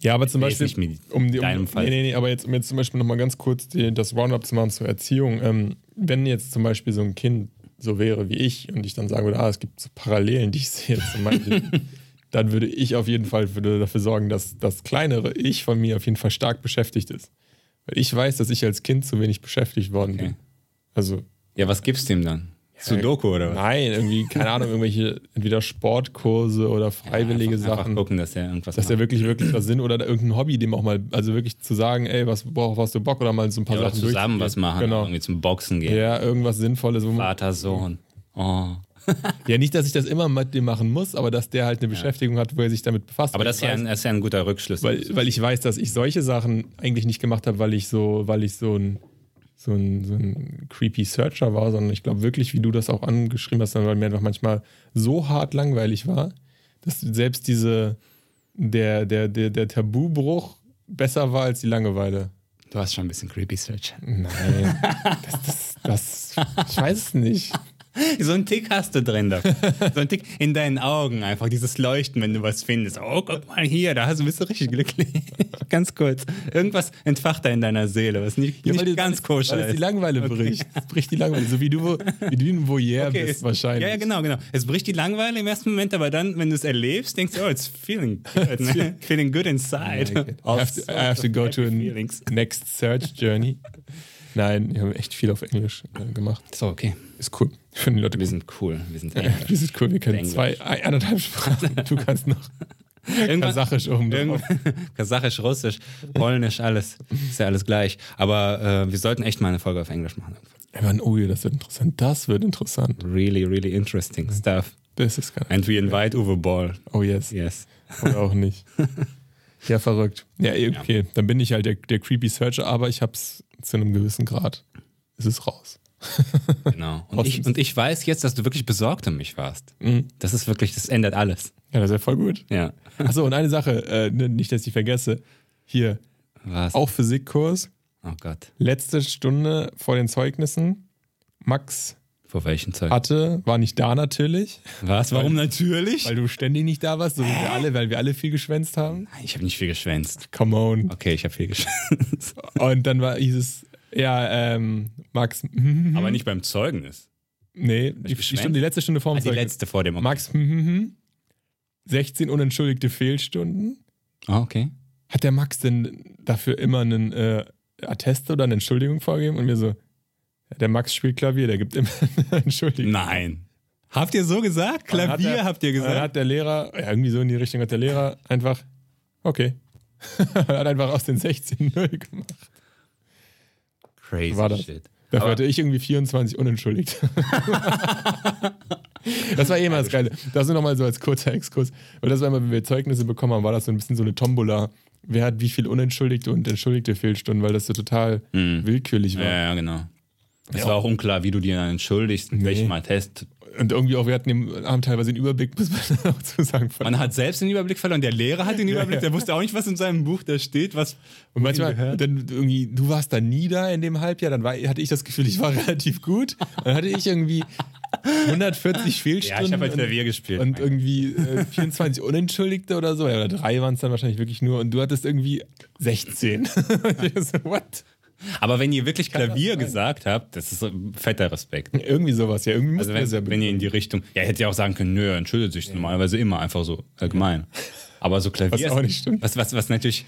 Speaker 2: Ja, aber zum
Speaker 1: weiß
Speaker 2: Beispiel,
Speaker 1: nicht, mit
Speaker 2: um, die, um
Speaker 1: deinem Fall.
Speaker 2: Nee, nee, nee, aber jetzt, um jetzt zum Beispiel nochmal ganz kurz die, das Roundup zu machen zur Erziehung. Ähm, wenn jetzt zum Beispiel so ein Kind so wäre wie ich und ich dann sagen würde, ah, es gibt so Parallelen, die ich sehe zu meinem
Speaker 1: (laughs)
Speaker 2: Leben, dann würde ich auf jeden Fall würde dafür sorgen, dass das kleinere Ich von mir auf jeden Fall stark beschäftigt ist. Weil ich weiß, dass ich als Kind zu wenig beschäftigt worden bin.
Speaker 1: Okay.
Speaker 2: Also
Speaker 1: Ja, was gibst du ihm dann? Sudoku oder was?
Speaker 2: Nein, irgendwie, keine Ahnung, irgendwelche entweder Sportkurse oder freiwillige
Speaker 1: Einfach- einfach
Speaker 2: Sachen.
Speaker 1: gucken, dass er irgendwas
Speaker 2: Dass
Speaker 1: macht.
Speaker 2: er wirklich, wirklich was Sinn oder da irgendein Hobby, dem auch mal, also wirklich zu sagen, ey, was, worauf hast du Bock oder mal so ein paar
Speaker 1: oder
Speaker 2: Sachen
Speaker 1: zusammen was
Speaker 2: durchzugehen.
Speaker 1: machen,
Speaker 2: Genau.
Speaker 1: irgendwie zum Boxen gehen.
Speaker 2: Ja, irgendwas Sinnvolles. Wo man,
Speaker 1: Vater, Sohn. Oh.
Speaker 2: ja, nicht, dass ich das immer mit dem machen muss, aber dass der halt eine Beschäftigung hat, wo er sich damit befasst.
Speaker 1: Aber das ist, ja
Speaker 2: Weil-
Speaker 1: ein, das ist ja ein guter Rückschluss.
Speaker 2: weil, weil ich weiß, dass ich solche Sachen eigentlich nicht gemacht habe, weil ich so, weil ich so ein so ein, so ein creepy Searcher war, sondern ich glaube wirklich, wie du das auch angeschrieben hast, weil mir einfach manchmal so hart langweilig war, dass selbst diese der, der, der, der Tabubruch besser war als die Langeweile.
Speaker 1: du hast schon ein bisschen creepy Search.
Speaker 2: Nein. das, das, das, ich weiß es nicht.
Speaker 1: (laughs) So einen Tick hast du drin da. So einen Tick in deinen Augen einfach, dieses Leuchten, wenn du was findest. Oh, guck mal hier, da hast du- bist du richtig glücklich. (laughs) ganz kurz. Irgendwas entfacht da in deiner Seele, was nicht,
Speaker 2: (laughs) Ja,
Speaker 1: nicht
Speaker 2: weil die-
Speaker 1: ganz koscher
Speaker 2: Weil es die
Speaker 1: ist.
Speaker 2: Langeweile bricht. Es bricht die Langeweile. So wie du, wie du ein Voyeur
Speaker 1: Okay,
Speaker 2: bist
Speaker 1: es-
Speaker 2: wahrscheinlich.
Speaker 1: Ja, ja, genau, genau. Es bricht die Langeweile im ersten Moment, aber dann, wenn du es erlebst, denkst du, oh, it's feeling
Speaker 2: (laughs)
Speaker 1: good, ne? feeling good inside.
Speaker 2: I, like it. I, have to, I have to go to a
Speaker 1: feelings.
Speaker 2: (laughs) next search journey. Nein, wir haben echt viel auf Englisch äh, gemacht.
Speaker 1: So, okay.
Speaker 2: Ist cool. Ich finde die Leute
Speaker 1: Wir
Speaker 2: cool.
Speaker 1: sind cool. Wir
Speaker 2: (laughs)
Speaker 1: sind
Speaker 2: Wir sind cool. Wir können
Speaker 1: Englisch.
Speaker 2: zwei, ein- anderthalb (laughs) Sprachen. Du kannst noch Kasachisch oben drauf.
Speaker 1: Irgendwann- (laughs) Kasachisch, Russisch, Polnisch, alles. Ist ja alles gleich. Aber äh, wir sollten echt mal eine Folge auf Englisch machen.
Speaker 2: Irgendwann, oh, ja, das wird interessant. Das wird interessant.
Speaker 1: Really, really interesting stuff.
Speaker 2: Das ist geil.
Speaker 1: And we invite Uwe Ball.
Speaker 2: Oh yes.
Speaker 1: Yes.
Speaker 2: Oder auch (laughs) nicht. Ja, verrückt. Ja, eh, okay. Dann bin ich halt der, der creepy Searcher, aber ich hab's zu einem gewissen Grad. Es ist raus.
Speaker 1: Genau. Und ich, und ich weiß jetzt, dass du wirklich besorgt um mich warst.
Speaker 2: Mhm.
Speaker 1: Das ist wirklich, das ändert alles.
Speaker 2: Ja, das ist ja voll (laughs) gut.
Speaker 1: Ja.
Speaker 2: Achso, und eine Sache, äh, ne, nicht, dass ich die vergesse. Hier,
Speaker 1: Was?
Speaker 2: auch Physikkurs.
Speaker 1: Oh Gott.
Speaker 2: Letzte Stunde vor den Zeugnissen. Max
Speaker 1: Vor welchen Zeug?
Speaker 2: hatte, war nicht da natürlich,
Speaker 1: Was? Warum natürlich?
Speaker 2: weil du ständig nicht da warst, so wie wir alle, weil wir alle viel geschwänzt haben.
Speaker 1: Ich habe nicht viel geschwänzt.
Speaker 2: Come on.
Speaker 1: Okay, ich habe viel geschwänzt.
Speaker 2: Und dann war dieses, ja, ähm, Max, (laughs) mhm,
Speaker 1: Aber nicht beim Zeugnis.
Speaker 2: nee, die, die,
Speaker 1: geschwänzt?
Speaker 2: Stunde, die letzte Stunde vor dem
Speaker 1: Also die
Speaker 2: Zeugnis.
Speaker 1: letzte vor dem.
Speaker 2: Max, (laughs) mhm, 16 unentschuldigte Fehlstunden.
Speaker 1: Ah, okay.
Speaker 2: hat der Max denn dafür immer einen äh, Attest oder eine Entschuldigung vorgegeben? Und wir so, ja, der Max spielt Klavier, der gibt immer (laughs) eine Entschuldigung.
Speaker 1: Nein. Habt ihr so gesagt?
Speaker 2: Dann hat
Speaker 1: Klavier
Speaker 2: der-
Speaker 1: habt ihr
Speaker 2: Dann
Speaker 1: gesagt?
Speaker 2: hat der Lehrer, ja, irgendwie so in die Richtung hat der Lehrer einfach, okay. (laughs) hat einfach aus den 16 0 gemacht.
Speaker 1: Crazy
Speaker 2: War das?
Speaker 1: shit.
Speaker 2: Dafür
Speaker 1: Aber-
Speaker 2: hatte ich irgendwie 24 unentschuldigt. (laughs) das war eh immer das Geile. Das nur nochmal so als kurzer Exkurs. Weil das war immer, wenn wir Zeugnisse bekommen haben, war das so ein bisschen so eine Tombola. Wer hat wie viel unentschuldigte und entschuldigte Fehlstunden, weil das so total willkürlich war.
Speaker 1: Mhm. Ja, ja, genau. Es war auch unklar, wie du dir dann entschuldigst, mit welchem Attest.
Speaker 2: Und irgendwie auch, wir hatten im Abend teilweise den Überblick, (laughs) muss man auch zu sagen.
Speaker 1: Man hat selbst den Überblick verloren, der Lehrer hat den Überblick, der wusste auch nicht, was in seinem Buch da steht, was.
Speaker 2: Und manchmal, dann irgendwie, du warst da nie da in dem Halbjahr, dann war, hatte ich das Gefühl, ich war (laughs) relativ gut. Und dann hatte ich irgendwie 140 Fehlstunden.
Speaker 1: (laughs) Ja, ich habe halt
Speaker 2: und-
Speaker 1: Klavier gespielt.
Speaker 2: Und irgendwie äh, 24 Unentschuldigte oder so. Ja, oder drei waren es dann wahrscheinlich wirklich nur. Und du hattest irgendwie 16. Und (laughs) ich so, what?
Speaker 1: Aber wenn ihr wirklich Klavier gesagt habt, das ist ein fetter Respekt.
Speaker 2: Irgendwie sowas, ja. Irgendwie
Speaker 1: Also
Speaker 2: mussten wir das ja
Speaker 1: wenn, wenn ihr in die Richtung. Ja, hätte ja auch sagen können, nö, entschuldigt sich normalerweise immer einfach so allgemein. Aber so Klavier.
Speaker 2: Was
Speaker 1: ist-
Speaker 2: auch nicht stimmt.
Speaker 1: Was, was, was natürlich,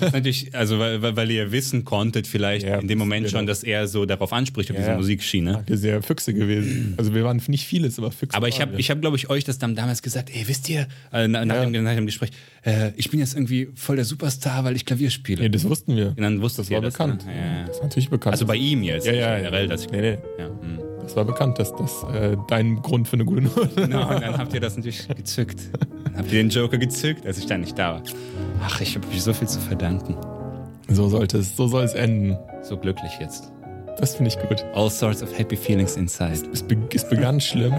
Speaker 1: was natürlich, also weil, weil- weil ihr wissen konntet, vielleicht
Speaker 2: Ja,
Speaker 1: in dem Moment schon,
Speaker 2: genau.
Speaker 1: dass er so darauf anspricht, auf diese
Speaker 2: ja.
Speaker 1: Musikschiene.
Speaker 2: Wir sind ja Füchse gewesen. Also wir waren nicht vieles, aber Füchse.
Speaker 1: Aber ich
Speaker 2: waren
Speaker 1: habe,
Speaker 2: wir.
Speaker 1: ich hab, glaube ich, euch das dann damals gesagt, ey, wisst ihr, äh, na- nach, dem, nach dem Gespräch, äh, ich bin jetzt irgendwie voll der Superstar, weil ich Klavier spiele.
Speaker 2: Nee, das wussten wir.
Speaker 1: Und dann wusstet
Speaker 2: das
Speaker 1: ihr
Speaker 2: war
Speaker 1: das,
Speaker 2: bekannt.
Speaker 1: ne? Ja, ja.
Speaker 2: Das war natürlich bekannt.
Speaker 1: Also bei ihm jetzt,
Speaker 2: Ja, ja,
Speaker 1: generell.
Speaker 2: ja.
Speaker 1: Dass ich,
Speaker 2: Nee, nee.
Speaker 1: Ja, hm.
Speaker 2: Das war bekannt, dass das äh, dein Grund für eine gute Note
Speaker 1: (laughs) Na, und dann habt ihr das natürlich gezückt. Dann habt ihr den Joker gezückt, als ich dann nicht da war. Ach, ich habe mich so viel zu verdanken.
Speaker 2: So sollte es, so soll es enden.
Speaker 1: So glücklich jetzt.
Speaker 2: Das finde ich gut.
Speaker 1: All sorts of happy feelings inside.
Speaker 2: Es, be es begann schlimm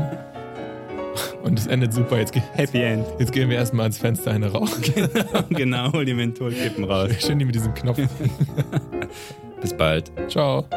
Speaker 2: und es endet super. Jetzt, ge
Speaker 1: Happy End.
Speaker 2: jetzt gehen wir erstmal ans Fenster eine rauchen. (laughs)
Speaker 1: genau, hol die Mentholkippen raus.
Speaker 2: Schön die mit diesem Knopf.
Speaker 1: Bis bald.
Speaker 2: Ciao.